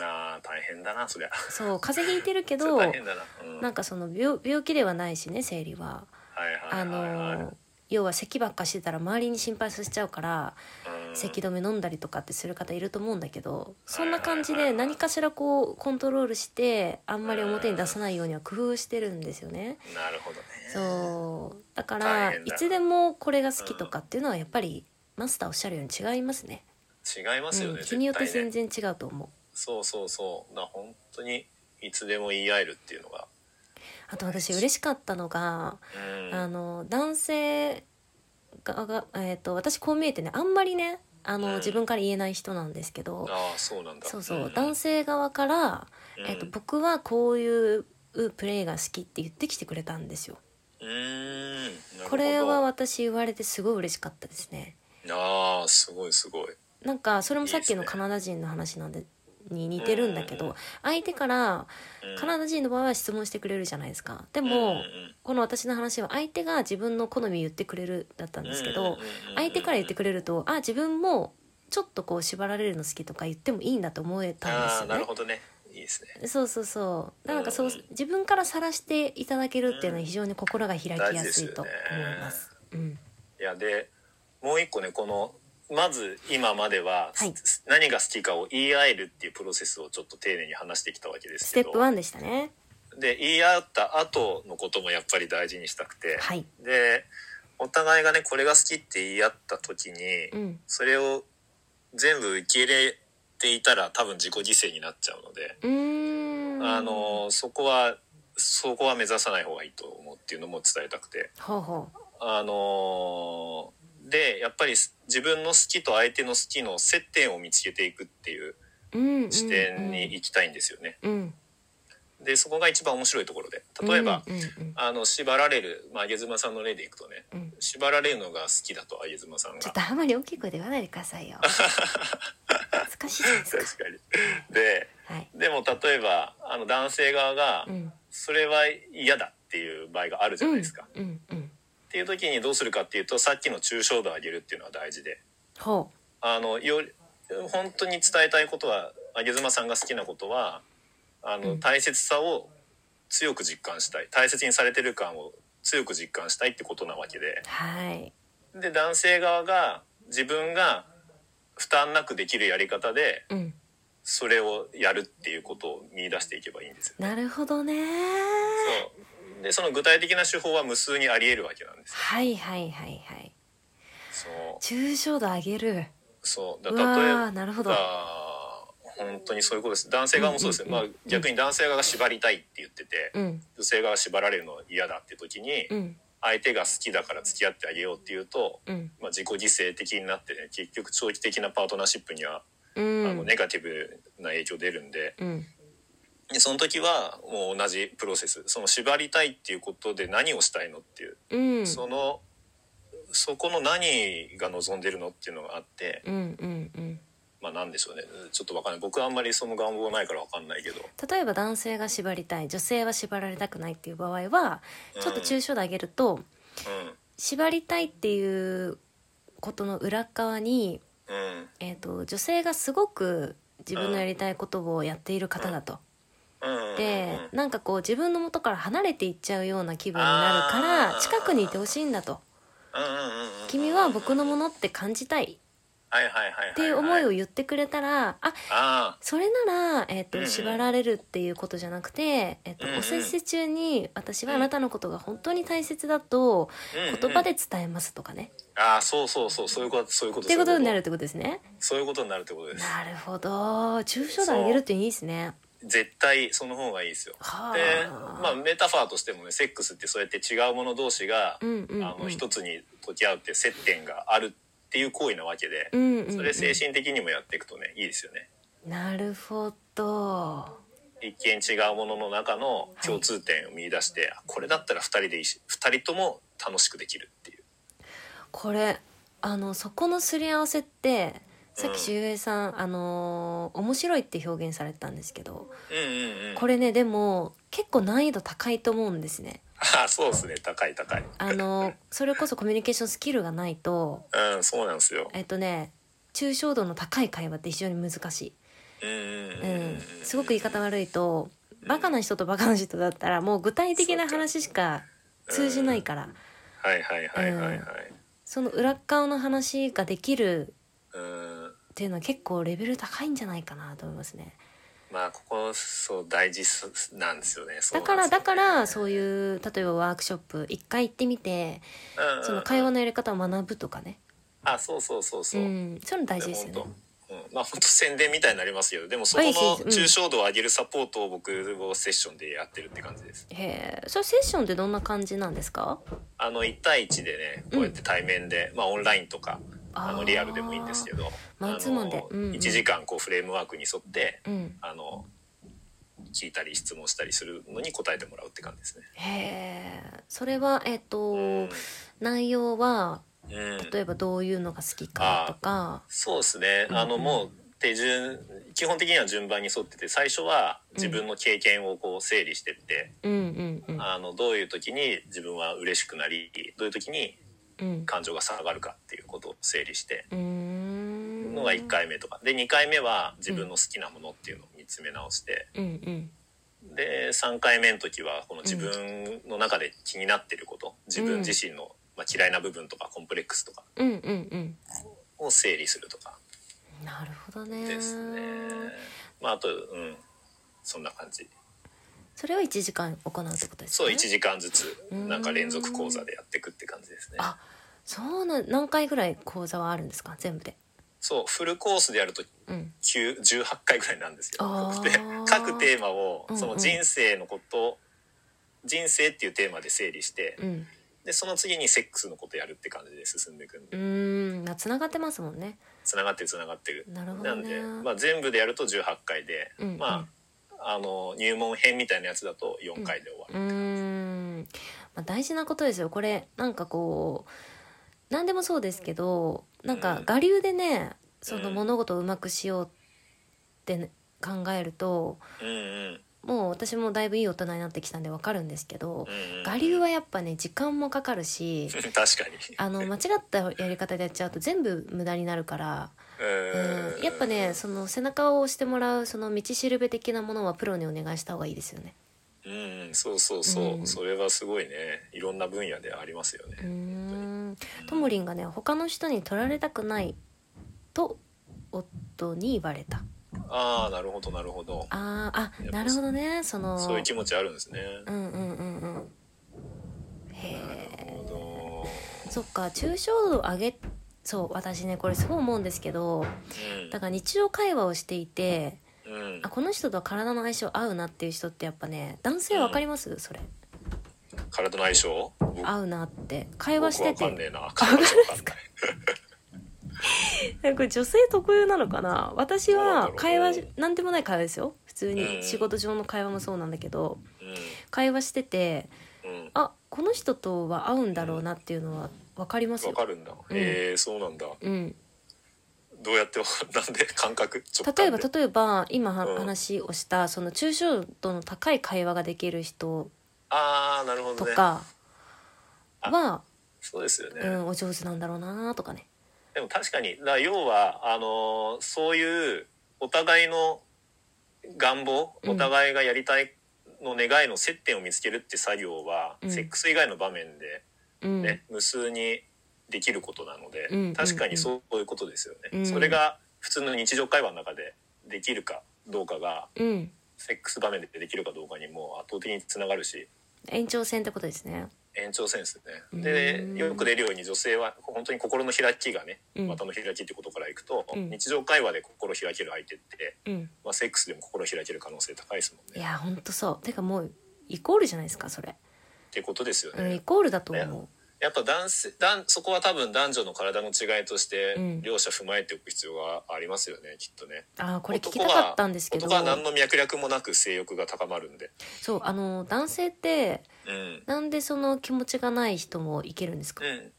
Speaker 2: あー大変だなそりゃ
Speaker 1: そう風邪ひいてるけ
Speaker 2: そ
Speaker 1: ど
Speaker 2: れ 大変だな,、うん、
Speaker 1: なんかその病病気ではないしね生理は
Speaker 2: はいは
Speaker 1: あ
Speaker 2: いはいはい、
Speaker 1: の要は咳ばっかしてたら周りに心配させちゃうから
Speaker 2: うん
Speaker 1: 咳止め飲んだりとかってする方いると思うんだけどそんな感じで何かしらこうコントロールしてあんまり表に出さないようには工夫してるんですよね。
Speaker 2: なるほどね
Speaker 1: そうだか
Speaker 2: 大
Speaker 1: らい
Speaker 2: 変だ
Speaker 1: つでもこれが好きとかっていうのはやっぱりマスターおっしゃるように違いますね。
Speaker 2: 違いますよね、
Speaker 1: うん、
Speaker 2: 絶
Speaker 1: 日
Speaker 2: 対
Speaker 1: によって
Speaker 2: ね
Speaker 1: 全然違うと思う。
Speaker 2: そうそうそうだから本当にいつでも言い合えるっていうのが、
Speaker 1: あと私嬉しかったのが
Speaker 2: うん、
Speaker 1: あの男性がが、えー、と私こう見えてねあんまりねあ
Speaker 2: うん
Speaker 1: の自分から言えない人なんですけど、
Speaker 2: ああそうなんだ
Speaker 1: そうそう、
Speaker 2: ん
Speaker 1: 男性側から、
Speaker 2: うん
Speaker 1: えっと、僕はこういうプレイが好きって言ってきてくれたんですよ
Speaker 2: うーんなるほど
Speaker 1: これは私言われてすごい嬉しかったですね
Speaker 2: ああすごいすごい
Speaker 1: なんかそれもさっき
Speaker 2: いいです
Speaker 1: の
Speaker 2: ね
Speaker 1: カナダ人の話なんでに似てるんだけど、
Speaker 2: うん
Speaker 1: 相手から
Speaker 2: うん
Speaker 1: カナダ人の場合は質問してくれるじゃないですかで
Speaker 2: うん
Speaker 1: も、
Speaker 2: うん
Speaker 1: この私の話は相手が自分の好み言ってくれるだったんですけど、
Speaker 2: うんうんうんうん
Speaker 1: 相手から言ってくれるとあ自分もちょっとこう縛られるの好きとか言ってもいいんだと思え
Speaker 2: あ
Speaker 1: た
Speaker 2: あ
Speaker 1: ん
Speaker 2: な
Speaker 1: です
Speaker 2: る
Speaker 1: よ
Speaker 2: ほどねいいですね
Speaker 1: ねそうそうそうなんかそう
Speaker 2: うんうん
Speaker 1: 自分から晒していただけるっていうのは非常に心が開き
Speaker 2: 大
Speaker 1: や
Speaker 2: 事ですすよ
Speaker 1: い
Speaker 2: ね
Speaker 1: と思いますうん
Speaker 2: いやでもう一個ねこのまず今までは、
Speaker 1: はい
Speaker 2: す何が好きかを言い合えるっていうプロセスをちょっと丁寧に話してきたわけです
Speaker 1: ス
Speaker 2: け
Speaker 1: テッ
Speaker 2: ど
Speaker 1: プ1でしたね
Speaker 2: で言い合った後のこともやっぱり大事にしたくて、
Speaker 1: はい
Speaker 2: でお互いがねこれが好きって言い合った時に、
Speaker 1: うん
Speaker 2: それを全部受け入れていたら多分自己犠牲になっちゃうので、
Speaker 1: うーん
Speaker 2: あのそこはそこは目指さない方がいいと思うっていうのも伝えたくて。
Speaker 1: ほうほ
Speaker 2: あのーでやっぱり自分の好きと相手の好きの接点を見つけていくっていう
Speaker 1: う、うんうん、
Speaker 2: 視点に行きたいんですよね。
Speaker 1: うん
Speaker 2: でそこが一番面白いところで例えば、
Speaker 1: うんうん
Speaker 2: あの縛られる、まあ、上妻さんの例でいくとね
Speaker 1: うんうん
Speaker 2: 縛られるのが好きだと上妻さん
Speaker 1: ちょ
Speaker 2: が
Speaker 1: っ。とあんまり大きい声で言わないでください よ恥ずかしいじゃないですか
Speaker 2: 確かにで
Speaker 1: はい
Speaker 2: でも例えばあの男性側が
Speaker 1: うん
Speaker 2: それは嫌だっていう場合があるじゃないですか。
Speaker 1: うんうんうん
Speaker 2: っていう時にどうするかっていうとさっきの抽象度を上げるっていうのは大事で。
Speaker 1: ほ
Speaker 2: あのより本当に伝えたいことは上妻さんが好きなことはあの、
Speaker 1: うん
Speaker 2: 大切さを強く実感したい大切にされてる感を強く実感したいってことなわけで
Speaker 1: うはい
Speaker 2: で男性側が自分が負担なくできるやり方で
Speaker 1: うん
Speaker 2: それをやるっていうことを見出していけばいいんですよ。
Speaker 1: なるほどね
Speaker 2: そうでその具体的な手法は無数にありえるわけなんですよ。
Speaker 1: はいはいはいはい
Speaker 2: そう
Speaker 1: 抽象度上げる
Speaker 2: そうだ
Speaker 1: う
Speaker 2: から例えば
Speaker 1: わーなるほど
Speaker 2: あー本当にそういうことです男性側もそうですね、
Speaker 1: うんうんうん
Speaker 2: まあ、逆に男性側が縛りたいって言ってて、
Speaker 1: うん
Speaker 2: 女性側が縛られるの嫌だって時に、
Speaker 1: うん
Speaker 2: 相手が好きだから付き合ってあげようっていうと、
Speaker 1: うん
Speaker 2: まあ、自己犠牲的になってね結局長期的なパートナーシップには、
Speaker 1: う
Speaker 2: あの
Speaker 1: ん
Speaker 2: ネガティブな影響出るんで
Speaker 1: うん
Speaker 2: でその時はもう同じプロセスその縛りたいっていうことで何をしたいのっていう、
Speaker 1: うん
Speaker 2: そのそこの何が望んでるのっていうのがあって。
Speaker 1: うんうんうん
Speaker 2: まあなんでしょうねちょっとわかんない僕はあんまりその願望がないからわかんないけど
Speaker 1: 例えば男性が縛りたい女性は縛られたくないっていう場合はちょっと抽象度上げると、縛りたいっていうことの裏側に、
Speaker 2: うんうん
Speaker 1: えー、と女性がすごく自分のやりたいことをやっている方だと。
Speaker 2: うんうん
Speaker 1: で
Speaker 2: うん
Speaker 1: なんかこう自分の元から離れていっちゃうような気分になるから
Speaker 2: あー
Speaker 1: 近くにいてほしいんだと
Speaker 2: うんうんうんうん
Speaker 1: 君は僕のものって感じたい
Speaker 2: はいはいはいはい
Speaker 1: っていう思いを言ってくれたらあ
Speaker 2: あ
Speaker 1: それなら、えっ
Speaker 2: うんう
Speaker 1: と
Speaker 2: ん
Speaker 1: 縛られるっていうことじゃなくて、えっと
Speaker 2: うんうん
Speaker 1: おせせ中に私はあなたのことが本当に大切だと
Speaker 2: ー、うんうん
Speaker 1: 言葉で伝えますとかね、
Speaker 2: あーそうそうそうそういうことそういうこと
Speaker 1: っていうことになる
Speaker 2: る
Speaker 1: ってことですね。
Speaker 2: そういうことになるってことです
Speaker 1: なるほど抽象度上げるっていいですね。
Speaker 2: 絶対その方がいいですよ
Speaker 1: は
Speaker 2: で
Speaker 1: あ、
Speaker 2: まあメタファーとしてもねセックスってそうやって違うもの同士が、
Speaker 1: うんうんうん
Speaker 2: あの一つに溶け合うって接点があるっていう行為なわけで、
Speaker 1: うんうんうん
Speaker 2: それ精神的にもやっていくとねいいですよね
Speaker 1: なるほど
Speaker 2: 一見違うものの中の共通点を見出して、あこれだったら2人でいいし2人とも楽しくできるっていう
Speaker 1: これあのそこのすり合わせってさっき周平さん、あのー面白いって表現されてたんですけど、
Speaker 2: うんうんうん
Speaker 1: これねでも結構難易度高いと思うんですね。
Speaker 2: あそうですね高い高い
Speaker 1: あ のーそれこそコミュニケーションスキルがないと
Speaker 2: うんそうなんですよ
Speaker 1: えっとね抽象度の高い会話って非常に難し
Speaker 2: うんう
Speaker 1: い、
Speaker 2: ん
Speaker 1: う
Speaker 2: うん
Speaker 1: ん、すごく言い方悪いとバカな人とバカな人だったらもう具体的な話しか通じないから
Speaker 2: はいはいはいはいはい
Speaker 1: その裏っ側の話ができる
Speaker 2: うん
Speaker 1: っていうのは結構レベル高いんじゃないかなと思いますね
Speaker 2: まあここそう大事すなんですよねそ
Speaker 1: だ
Speaker 2: うな
Speaker 1: か
Speaker 2: んで
Speaker 1: ら
Speaker 2: すよ
Speaker 1: だからそういう例えばワークショップ一回行ってみて
Speaker 2: うんうん
Speaker 1: その会話のやり方を学ぶとかね
Speaker 2: あそうそうそう
Speaker 1: う
Speaker 2: そう、
Speaker 1: んそういうの大事ですよね
Speaker 2: 本当うん、まあ本当宣伝みたいになりますけどでもそこ
Speaker 1: あ
Speaker 2: の
Speaker 1: いいですうん
Speaker 2: 抽象度を上げるサポートを僕をセッションでやってるって感じです
Speaker 1: へえそれセッションってどんな感じなんですか
Speaker 2: あの1対1でねこうやって対面で、まあオンラインとかあ
Speaker 1: あ
Speaker 2: の
Speaker 1: ー
Speaker 2: リアルでもいいんですけど
Speaker 1: マンツーマンで
Speaker 2: あの
Speaker 1: うんうん
Speaker 2: 1時間こうフレームワークに沿って
Speaker 1: うん
Speaker 2: あの聞いたり質問したりするのに答えてもらうって感じですね。
Speaker 1: へえそれはえっ、
Speaker 2: うん
Speaker 1: と内容は
Speaker 2: うん
Speaker 1: 例えばどういうのが好きかとか
Speaker 2: そうですね、あの
Speaker 1: うん
Speaker 2: もう手順基本的には順番に沿ってて最初は自分の経験をこう整理してって、
Speaker 1: うんうんうん
Speaker 2: あのどういう時に自分は嬉しくなりどういう時に
Speaker 1: うん
Speaker 2: 感情が下がるかっていうことを整理して
Speaker 1: うーん
Speaker 2: のが1回目とかで2回目は自分の好きなものっていうのを見つめ直して
Speaker 1: うんうん
Speaker 2: で3回目の時はこの自分の中で気になってること自分自身の、まあ、嫌いな部分とかコンプレックスとか
Speaker 1: うんうんうん
Speaker 2: を整理するとか
Speaker 1: なるほどね
Speaker 2: ですね。まああとうんそんな感じ
Speaker 1: それを1時間行うってことです
Speaker 2: そう
Speaker 1: ね
Speaker 2: 1時間ずつ
Speaker 1: うん
Speaker 2: なんか連続講座でやっていくって感じですね。
Speaker 1: あそうなん何回ぐらい講座はあるんですか全部で
Speaker 2: そうフルコースでやると
Speaker 1: うん
Speaker 2: 9 18回ぐらいなんです
Speaker 1: あー
Speaker 2: よ。で 各テーマを
Speaker 1: うんうん
Speaker 2: その人生のこと、人生っていうテーマで整理して
Speaker 1: うん
Speaker 2: でその次にセックスのことやるって感じで進んでいくん
Speaker 1: う
Speaker 2: で
Speaker 1: ーんまあ繋がってますもんね
Speaker 2: つながってるつながってる。
Speaker 1: なるほ
Speaker 2: な
Speaker 1: ど
Speaker 2: ん
Speaker 1: ね
Speaker 2: で、まあ、全部でやると18回で、
Speaker 1: うんうん
Speaker 2: まああの入門編みたいなやつだと4回で終わ
Speaker 1: う
Speaker 2: る。
Speaker 1: ーん、まあ、大事なことですよこれなんかこう何でもそうですけどなん
Speaker 2: う
Speaker 1: か
Speaker 2: ん
Speaker 1: 我流でねその
Speaker 2: うん
Speaker 1: 物事をうまくしようってね考えると
Speaker 2: うんうん
Speaker 1: もう私もだいぶいい大人になってきたんでわかるんですけど
Speaker 2: うんうん、
Speaker 1: 我流はやっぱね時間もかかるし
Speaker 2: 確かに。
Speaker 1: あの間違ったやり方でやっちゃうと全部無駄になるから、
Speaker 2: う
Speaker 1: うん、やっぱねその背中を押してもらうその道しるべ的なものはプロにお願いした方がいいですよね。
Speaker 2: うん、そうそうそう、
Speaker 1: うん
Speaker 2: それはすごいねいろんな分野でありますよね、
Speaker 1: うーんともりんがね他の人に取られたくないと夫に言われた
Speaker 2: ああなるほどなるほど
Speaker 1: あー
Speaker 2: やっ
Speaker 1: あ
Speaker 2: ぱ
Speaker 1: なるほどねその
Speaker 2: そういう気持ちあるんですね、
Speaker 1: うんうんうんうんへ
Speaker 2: なるほ
Speaker 1: えそっか抽象度上げそう私ねこれすごい思うんですけどだから日常会話をしていて
Speaker 2: どうん、うん
Speaker 1: あ、この人とは体の相性合うなっていう人ってやっぱね男性わかりますそれ
Speaker 2: 体の相性僕
Speaker 1: 合うなって会話して
Speaker 2: 僕わかん
Speaker 1: て
Speaker 2: ねえな体の相性わかんない
Speaker 1: えこれ女性特有なのかな私
Speaker 2: どうなんだ
Speaker 1: は
Speaker 2: ろう
Speaker 1: 会話しなんでもない会話ですよ普通
Speaker 2: うん
Speaker 1: に仕事上の会話もそうなんだけど会話してて
Speaker 2: うんうん
Speaker 1: あこの人とは合うんだろうなっていうのは分かります
Speaker 2: わ
Speaker 1: よ。
Speaker 2: かるんだ、
Speaker 1: ん
Speaker 2: えー、そうなんだ
Speaker 1: うん、
Speaker 2: どうやってわ かなんで感覚直
Speaker 1: 例え
Speaker 2: 感
Speaker 1: ば
Speaker 2: で
Speaker 1: 例えば今は
Speaker 2: うん
Speaker 1: 話をしたその抽象度の高い会話ができる人
Speaker 2: ああなるほ
Speaker 1: と
Speaker 2: どね
Speaker 1: かは、
Speaker 2: そうですよね、
Speaker 1: うん、お上手なんだろうなとかね。
Speaker 2: でも確かにだから要はあのーそういうお互いの願望
Speaker 1: うん
Speaker 2: お互いがやりたいの願いの接点を見つけるって作業は、
Speaker 1: うん
Speaker 2: セックス以外の場面で、
Speaker 1: うん
Speaker 2: ね無数にできることなので、
Speaker 1: うんうん
Speaker 2: 確かにそういうことですよね、
Speaker 1: うん
Speaker 2: それが普通の日常会話の中でできるかどうかが
Speaker 1: うん、
Speaker 2: セックス場面でできるかどうかにもう圧倒的につながるし
Speaker 1: 延長線ってことですね。
Speaker 2: 延長線ですね。
Speaker 1: う
Speaker 2: で
Speaker 1: ん
Speaker 2: よく出るように女性は本当に心の開きがね
Speaker 1: うん
Speaker 2: 股の開きってことからいくと、
Speaker 1: うん
Speaker 2: 日常会話で心開ける相手って、
Speaker 1: うん、
Speaker 2: まあ、セックスでも心開ける可能性高いですもん
Speaker 1: い
Speaker 2: ね。
Speaker 1: やほんとそうてかもうイコールじゃないですかそれ、
Speaker 2: ってことですよ
Speaker 1: うん、
Speaker 2: ね
Speaker 1: イ。コールだと思う。
Speaker 2: やっぱ男性男そこは多分男女の体の違いとして
Speaker 1: うん
Speaker 2: 両者踏まえておく必要がありますよねきっとね。
Speaker 1: あーこれ聞き
Speaker 2: 男は
Speaker 1: たかったんですけど
Speaker 2: 男は何の脈絡もなく性欲が高まるんで。
Speaker 1: そうあの男性って
Speaker 2: うん
Speaker 1: なんでその気持ちがない人もいけるんですか
Speaker 2: う、ん、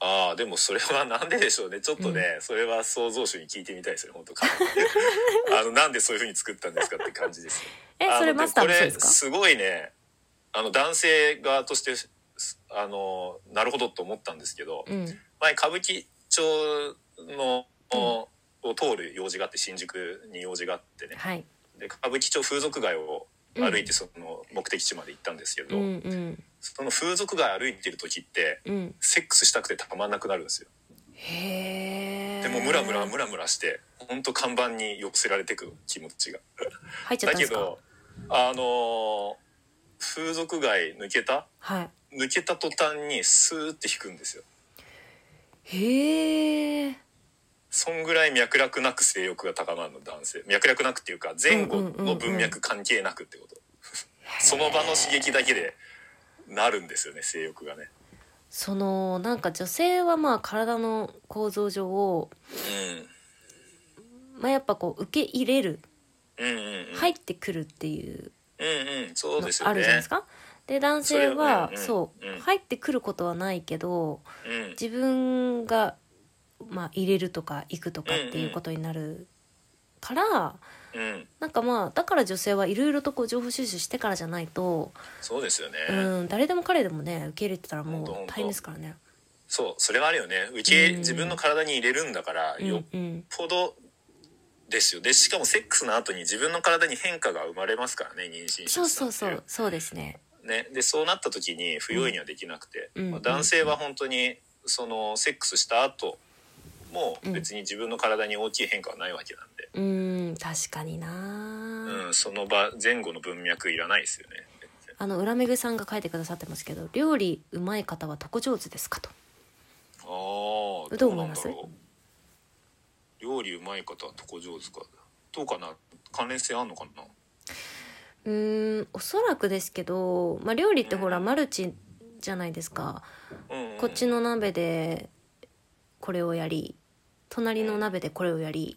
Speaker 2: ああでもそれはなんででしょ うねちょっとね、それは創造主に聞いてみたいですよ本当あのなんでそういうふうに作ったんですかって感じですよ
Speaker 1: え
Speaker 2: あ
Speaker 1: それ
Speaker 2: の
Speaker 1: マスター
Speaker 2: も
Speaker 1: の
Speaker 2: こ
Speaker 1: せい
Speaker 2: れ
Speaker 1: ですか
Speaker 2: すごいねあの男性側としてすあのなるほどと思ったんですけど、
Speaker 1: うん
Speaker 2: 前歌舞伎町の、を通る用事があって新宿に用事があってね
Speaker 1: はい
Speaker 2: で歌舞伎町風俗街を歩いてその目的地まで行ったんですけ
Speaker 1: う
Speaker 2: ど、
Speaker 1: んうん
Speaker 2: その風俗街歩いてる時って
Speaker 1: うん
Speaker 2: セックスしたくてたまんなくなるんですよ
Speaker 1: へえ
Speaker 2: でもうムラムラムラムラしてほんと看板に寄せられてく気持ちが
Speaker 1: 入っちゃったん
Speaker 2: だ
Speaker 1: で
Speaker 2: け
Speaker 1: すか
Speaker 2: どあのー風俗街抜けた
Speaker 1: はい
Speaker 2: 抜けた途端にスーって引くんですよ
Speaker 1: へえ
Speaker 2: そんぐらい脈絡なく性欲が高まるの男性脈絡なくっていうか前後の文脈関係なくってこと、その場の刺激だけでなるんですよね性欲がね
Speaker 1: そのなんか女性はまあ体の構造上を、まあ、やっぱこう受け入れる
Speaker 2: うん、うんうんうん
Speaker 1: 入ってくるっていう
Speaker 2: うんうんそう
Speaker 1: の
Speaker 2: ですよね
Speaker 1: あるじゃないですか。で男性は
Speaker 2: そ
Speaker 1: そ
Speaker 2: れはうんうんうん
Speaker 1: う入ってくることはないけど
Speaker 2: うん
Speaker 1: 自分が、まあ、入れるとか行くとかっていうことになるから
Speaker 2: うん
Speaker 1: なんかまあだから女性はいろいろとこう情報収集してからじゃないと、
Speaker 2: そうですよね、
Speaker 1: うん、誰でも彼でもね受け入れてたらもう
Speaker 2: ほんとほんと
Speaker 1: 大変ですからね。
Speaker 2: そうそれはあるよね受け、
Speaker 1: うん
Speaker 2: 自分の体に入れるんだから
Speaker 1: うん
Speaker 2: よっ
Speaker 1: うん
Speaker 2: ぽどですよでしかもセックスの後に自分の体に変化が生まれますからね妊娠出産ってい
Speaker 1: そうそうそうそうですね。
Speaker 2: ね、でそうなった時に不用意にはできなくて、
Speaker 1: うん
Speaker 2: まあ男性は本当にそのセックスした後も別に自分の体に大きい変化はないわけなんで、
Speaker 1: うん確かにな
Speaker 2: うんその場前後の文脈いらないですよね。
Speaker 1: あの裏めぐさんが書いてくださってますけど料理うまい方はとこ上手ですかと
Speaker 2: あー
Speaker 1: どう思います
Speaker 2: どうなんだろう料理うまい方はとこ上手かどうかな関連性あんのかな
Speaker 1: うーんおそらくですけど、まあ、料理ってほら
Speaker 2: うん
Speaker 1: マルチじゃないですか
Speaker 2: うんうん
Speaker 1: こっちの鍋でこれをやり隣の鍋でこれをやり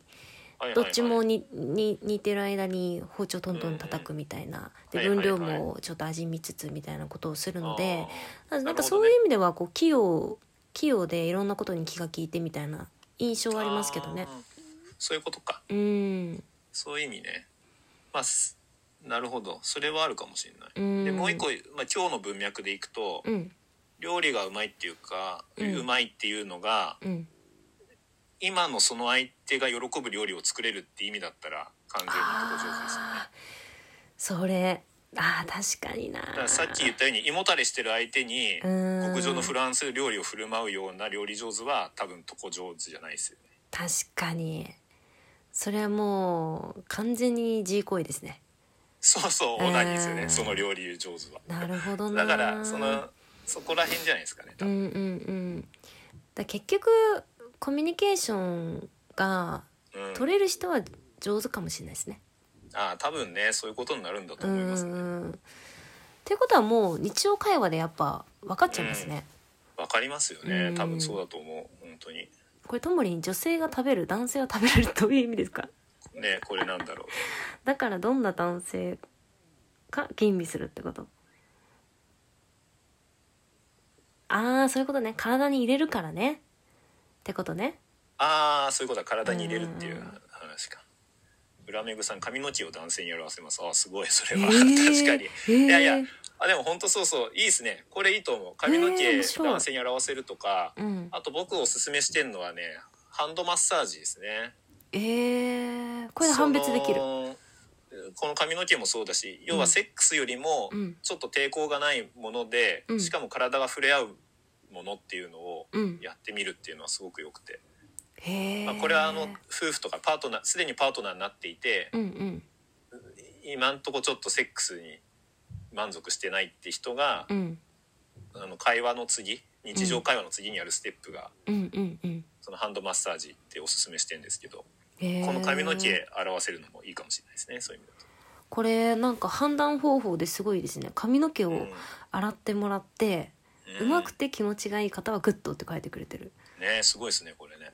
Speaker 2: はいはいはい
Speaker 1: どっちもにに似てる間に包丁トントン叩くみたいなで
Speaker 2: はいはい
Speaker 1: 分
Speaker 2: はい
Speaker 1: 量もちょっと味見つつみたいなことをするのでな
Speaker 2: あー
Speaker 1: んか
Speaker 2: なるほどね
Speaker 1: そういう意味ではこう器用器用でいろんなことに気が利いてみたいな印象はありますけどね
Speaker 2: あ。ーそういうことか
Speaker 1: うん
Speaker 2: そういう意味ねまあすなるほどそれはあるかもしれない、
Speaker 1: うん
Speaker 2: でもう一個、まあ、今日の文脈でいくと、
Speaker 1: うん
Speaker 2: 料理がうまいっていうか、
Speaker 1: う
Speaker 2: うんまいっていうのが
Speaker 1: うん
Speaker 2: 今のその相手が喜ぶ料理を作れるって意味だったら完全にとこ上手ですよね
Speaker 1: ああそれああ確かにな
Speaker 2: だからさっき言ったように胃もたれしてる相手に
Speaker 1: うん
Speaker 2: 極上のフランス料理を振る舞うような料理上手は多分とこ上手じゃないですよね
Speaker 1: 確かにそれはもう完全に G 行為ですね
Speaker 2: そうそうオナニーですよ
Speaker 1: う
Speaker 2: ね
Speaker 1: ん
Speaker 2: その料理上手は
Speaker 1: なるほどな
Speaker 2: だからそのそこら辺じゃないですかね多
Speaker 1: うんう
Speaker 2: 分
Speaker 1: んうんだ結局コミュニケーションが
Speaker 2: うん
Speaker 1: 取れる人は上手かもしれないですね
Speaker 2: ああ多分ねそういうことになるんだと
Speaker 1: うん
Speaker 2: 思いうますね
Speaker 1: んうんっていうことはもう日常会話でやっぱ分かっちゃいますね、
Speaker 2: わかりますよね
Speaker 1: うん
Speaker 2: 多分そうだと思う本当に
Speaker 1: これともに女性が食べる男性は食べられるという意味ですか
Speaker 2: ねこれなんだろう
Speaker 1: だからどんな男性か吟味するってことああそういうことね体に入れるからねってことね
Speaker 2: ああそういうことは体に入れるっていう
Speaker 1: うん
Speaker 2: 話か。裏目ぐさん髪の毛を男性に表せます。あーすごいそれは、
Speaker 1: へー
Speaker 2: 確かに。
Speaker 1: へー
Speaker 2: いやいやあでも本当そうそういいですね。これいいと思う。髪の
Speaker 1: へー
Speaker 2: 毛
Speaker 1: 面白い
Speaker 2: 男性に表せるとか、
Speaker 1: うん
Speaker 2: あと僕おすすめしてるのはねハンドマッサージですね。
Speaker 1: えー、これで判別できる
Speaker 2: そのこの髪の毛もそうだし要はセックスよりも
Speaker 1: うん
Speaker 2: ちょっと抵抗がないもので、
Speaker 1: うん
Speaker 2: しかも体が触れ合うものっていうのを
Speaker 1: うん
Speaker 2: やってみるっていうのはすごく良くて、
Speaker 1: へえ、
Speaker 2: まあ、これはあの夫婦とかパートナーすでにパートナーになっていて
Speaker 1: うんうん
Speaker 2: 今んとこちょっとセックスに満足してないって人が
Speaker 1: う、ん
Speaker 2: あの会話の次日常会話の次にあるステップが、
Speaker 1: うんうんうん
Speaker 2: そのハンドマッサージっておすすめしてるんですけど、
Speaker 1: へー
Speaker 2: この髪の毛表せるのもいいかもしれないですねそういう意味だと。
Speaker 1: これなんか判断方法ですごいですね髪の毛
Speaker 2: う
Speaker 1: を
Speaker 2: ん
Speaker 1: 洗ってもらって、う
Speaker 2: うん
Speaker 1: まくて気持ちがいい方はグッドって書いてくれてる
Speaker 2: ねすごいですねこれね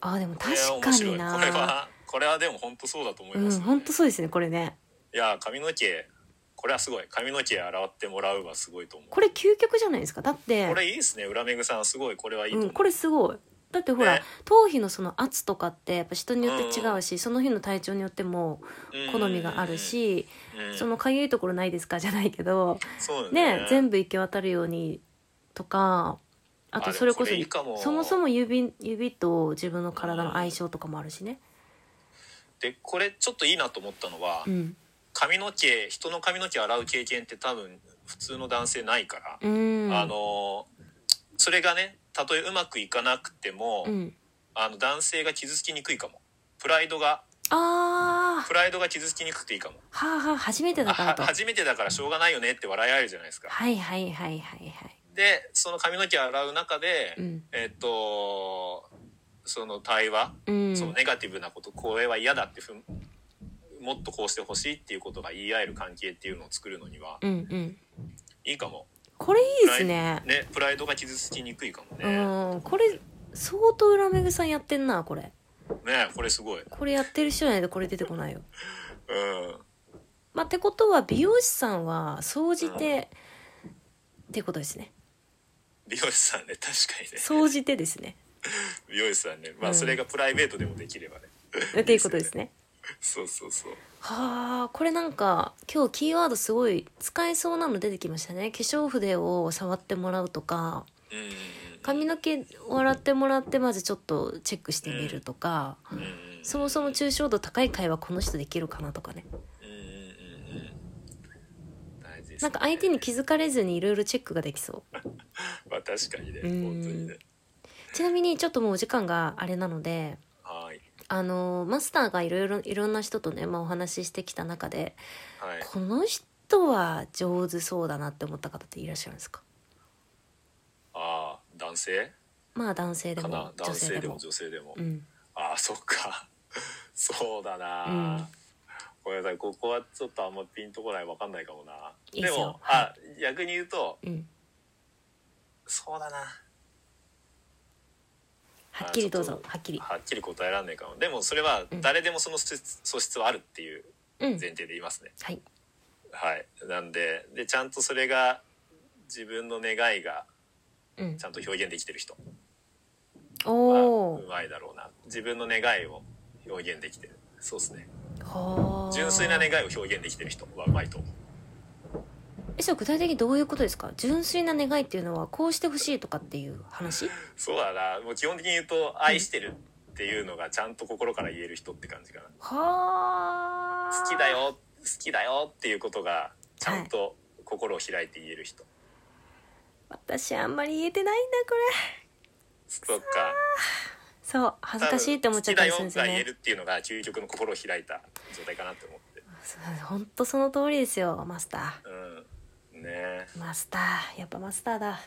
Speaker 1: あーでも
Speaker 2: これは
Speaker 1: 確
Speaker 2: 面
Speaker 1: か
Speaker 2: 白
Speaker 1: に
Speaker 2: いこれ
Speaker 1: な
Speaker 2: はこれはでも本当そうだと思いま
Speaker 1: う
Speaker 2: す
Speaker 1: ん
Speaker 2: よね、
Speaker 1: 本当そうですねこれね
Speaker 2: いや髪の毛これはすごい髪の毛洗ってもらうはすごいと思う
Speaker 1: これ究極じゃないですかだって
Speaker 2: これいいですね裏めぐさんすごいこれはいいと
Speaker 1: う
Speaker 2: 思
Speaker 1: ん、
Speaker 2: う、
Speaker 1: これすごいだってほら、
Speaker 2: ね
Speaker 1: 頭皮のその圧とかってやっぱ人によって違うし、その日の体調によっても
Speaker 2: うん
Speaker 1: 好みがある、し、
Speaker 2: うん
Speaker 1: そのかゆいところないですかじゃないけど、
Speaker 2: そうだね
Speaker 1: ね全部行き渡るようにとかあとそれこ
Speaker 2: あで
Speaker 1: そ
Speaker 2: もこれいいかも
Speaker 1: そもそも指指と自分の体の相性とかもあるしね、
Speaker 2: でこれちょっといいなと思ったのは、
Speaker 1: うん、
Speaker 2: 髪の毛人の髪の毛洗う経験って多分普通の男性ないから、
Speaker 1: うん
Speaker 2: あのそれがねたとえうまくいかなくても、
Speaker 1: うん、
Speaker 2: あの男性が傷つきにくいかもプライドが
Speaker 1: あー
Speaker 2: プライドが傷つきにくくていいかも
Speaker 1: はあはあ初めてだ
Speaker 2: あ
Speaker 1: から
Speaker 2: は
Speaker 1: と
Speaker 2: 初めてだからしょうがないよねって笑い合えるじゃないですか
Speaker 1: はいはいはいはいはい
Speaker 2: でその髪の毛洗う中で、
Speaker 1: うん
Speaker 2: えっとその対話、
Speaker 1: うん
Speaker 2: そのネガティブなことこれは嫌だってふんもっとこうしてほしいっていうことが言い合える関係っていうのを作るのには
Speaker 1: うんうん
Speaker 2: いいかも
Speaker 1: これいいですね
Speaker 2: ねプライドが傷つきにくいかもね、
Speaker 1: うんこれ相当裏めぐさんやってんなこれ
Speaker 2: ねこれすごい
Speaker 1: これやってる人じゃないとこれ出てこないよ、
Speaker 2: うん
Speaker 1: まあ、ってことは美容師さんは総じて、ってことですね
Speaker 2: 美容師さんね確かにね
Speaker 1: 総じてですね
Speaker 2: 美容師さんね
Speaker 1: う
Speaker 2: まあ
Speaker 1: ん
Speaker 2: それがプライベートでもできればね、
Speaker 1: っていうことですね
Speaker 2: そうそうそう
Speaker 1: はあこれなんか今日キーワードすごい使えそうなの出てきましたね化粧筆を触ってもらうとか
Speaker 2: うんうん
Speaker 1: 髪の毛を洗ってもらってまずちょっとチェックしてみるとか、
Speaker 2: うんうん
Speaker 1: そもそも抽象度高い会話この人できるかなとかね
Speaker 2: うんうんうんうん大事ですね
Speaker 1: なんか相手に気づかれずにいろいろチェックができそう
Speaker 2: まあ確かにね
Speaker 1: う
Speaker 2: 本
Speaker 1: ん
Speaker 2: 当にね
Speaker 1: ちなみにちょっともうお時間があれなので
Speaker 2: はい
Speaker 1: あのマスターがいろいろいろんな人とね、まあ、お話ししてきた中で
Speaker 2: はい
Speaker 1: この人は上手そうだなって思った方っていらっしゃるんですか
Speaker 2: ああ男性
Speaker 1: まあ男性で
Speaker 2: か
Speaker 1: も
Speaker 2: な
Speaker 1: 女
Speaker 2: 男
Speaker 1: 性
Speaker 2: 性
Speaker 1: で
Speaker 2: で
Speaker 1: も
Speaker 2: も女性でも、
Speaker 1: うん
Speaker 2: ああそっか そうだな、
Speaker 1: うん
Speaker 2: ごめんなさいここはちょっとあんまピンとこないわかんないかもない
Speaker 1: いっ
Speaker 2: です
Speaker 1: よ
Speaker 2: も、あ逆に言うと
Speaker 1: うん
Speaker 2: そうだな
Speaker 1: はっきりどう
Speaker 2: あちょ
Speaker 1: ぞ
Speaker 2: っと
Speaker 1: はっきり
Speaker 2: はっきり答えられないかもでもそれは誰でもその素質,、素質はあるっていう
Speaker 1: うん
Speaker 2: 前提で言いますね
Speaker 1: はい
Speaker 2: はいなんででちゃんとそれが自分の願いが
Speaker 1: うん
Speaker 2: ちゃんと表現できてる人
Speaker 1: お
Speaker 2: はう
Speaker 1: ー
Speaker 2: まいだろうな自分の願いを表現できてるそうですね
Speaker 1: はあ
Speaker 2: 純粋な願いを表現できてる人はうまいと思う
Speaker 1: えそれ具体的にどういうことですか純粋な願いっていうのはこうしてほしいとかっていう話
Speaker 2: そうだなもう基本的に言うと愛してるっていうのがちゃんと心から言える人って感じかな
Speaker 1: はあ
Speaker 2: 好きだよ好きだよっていうことがちゃんと心を開いて言える人、
Speaker 1: 私あんまり言えてないんだこれ
Speaker 2: そっか
Speaker 1: そう恥ずかしいって思っちゃったりするんですよ
Speaker 2: 好きだよが言え
Speaker 1: ね
Speaker 2: るっていうのが究極の心を開いた状態かなって思って
Speaker 1: 本当その通りですよマスタ
Speaker 2: うんねえ
Speaker 1: ーマスターやっぱマスターだ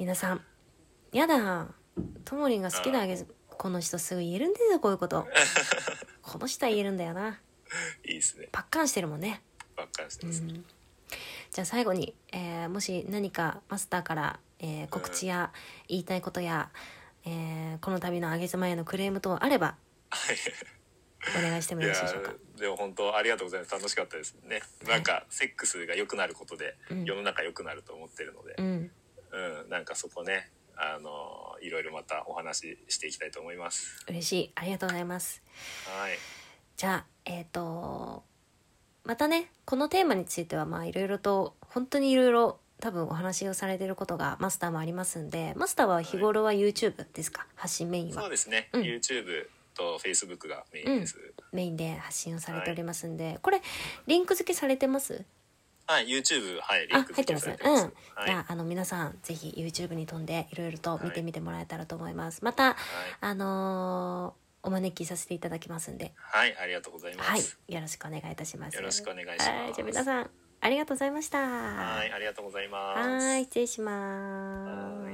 Speaker 1: 皆さんやだともりんが好きだあげこの人すぐ言えるんですよこういうことこの人は言えるんだよない
Speaker 2: いですね
Speaker 1: パッカンしてるもんね
Speaker 2: ばっかりしてます、
Speaker 1: うんじゃあ最後に、えーもし何かマスターから、えー告知や言いたいことや、えーこの度のあげ妻へのクレーム等あればお願いしても
Speaker 2: い
Speaker 1: よろ
Speaker 2: や
Speaker 1: しいでしょうか
Speaker 2: ーでも本当ありがとうございます楽しかったですねなんかセックスが良くなることで
Speaker 1: うん
Speaker 2: 世の中良くなると思ってるので
Speaker 1: う、ん
Speaker 2: うん、なんかそこねあのいろいろまたお話ししていきたいと思います
Speaker 1: 嬉しいありがとうございます
Speaker 2: はい
Speaker 1: じゃあえっ、とまたねこのテーマについてはまあいろいろと本当にいろいろ多分お話をされてることがマスターもありますんでマスターは日頃は YouTube ですか、発信メイン
Speaker 2: そ
Speaker 1: は
Speaker 2: うですね、
Speaker 1: うん
Speaker 2: YouTube と Facebook がメインです、
Speaker 1: メインで発信をされておりますんで、これリンク付けされてます
Speaker 2: はい YouTube はいリ
Speaker 1: あ
Speaker 2: ンク
Speaker 1: 入って
Speaker 2: 付
Speaker 1: ます
Speaker 2: けさ
Speaker 1: う
Speaker 2: れ
Speaker 1: ん、
Speaker 2: てます
Speaker 1: じ
Speaker 2: はい、は
Speaker 1: ゃああの皆さんぜひ YouTube に飛んでいろいろと見てみてもらえたらと思います、またあのーお招きさせていただきますんで
Speaker 2: い、ありがとうございます、
Speaker 1: はいよろしくお願いいたします
Speaker 2: よろしくお願いします
Speaker 1: はいじゃあ皆さんありがとうございました
Speaker 2: はい
Speaker 1: は
Speaker 2: ありがとうございます
Speaker 1: ーい失礼します
Speaker 2: はーい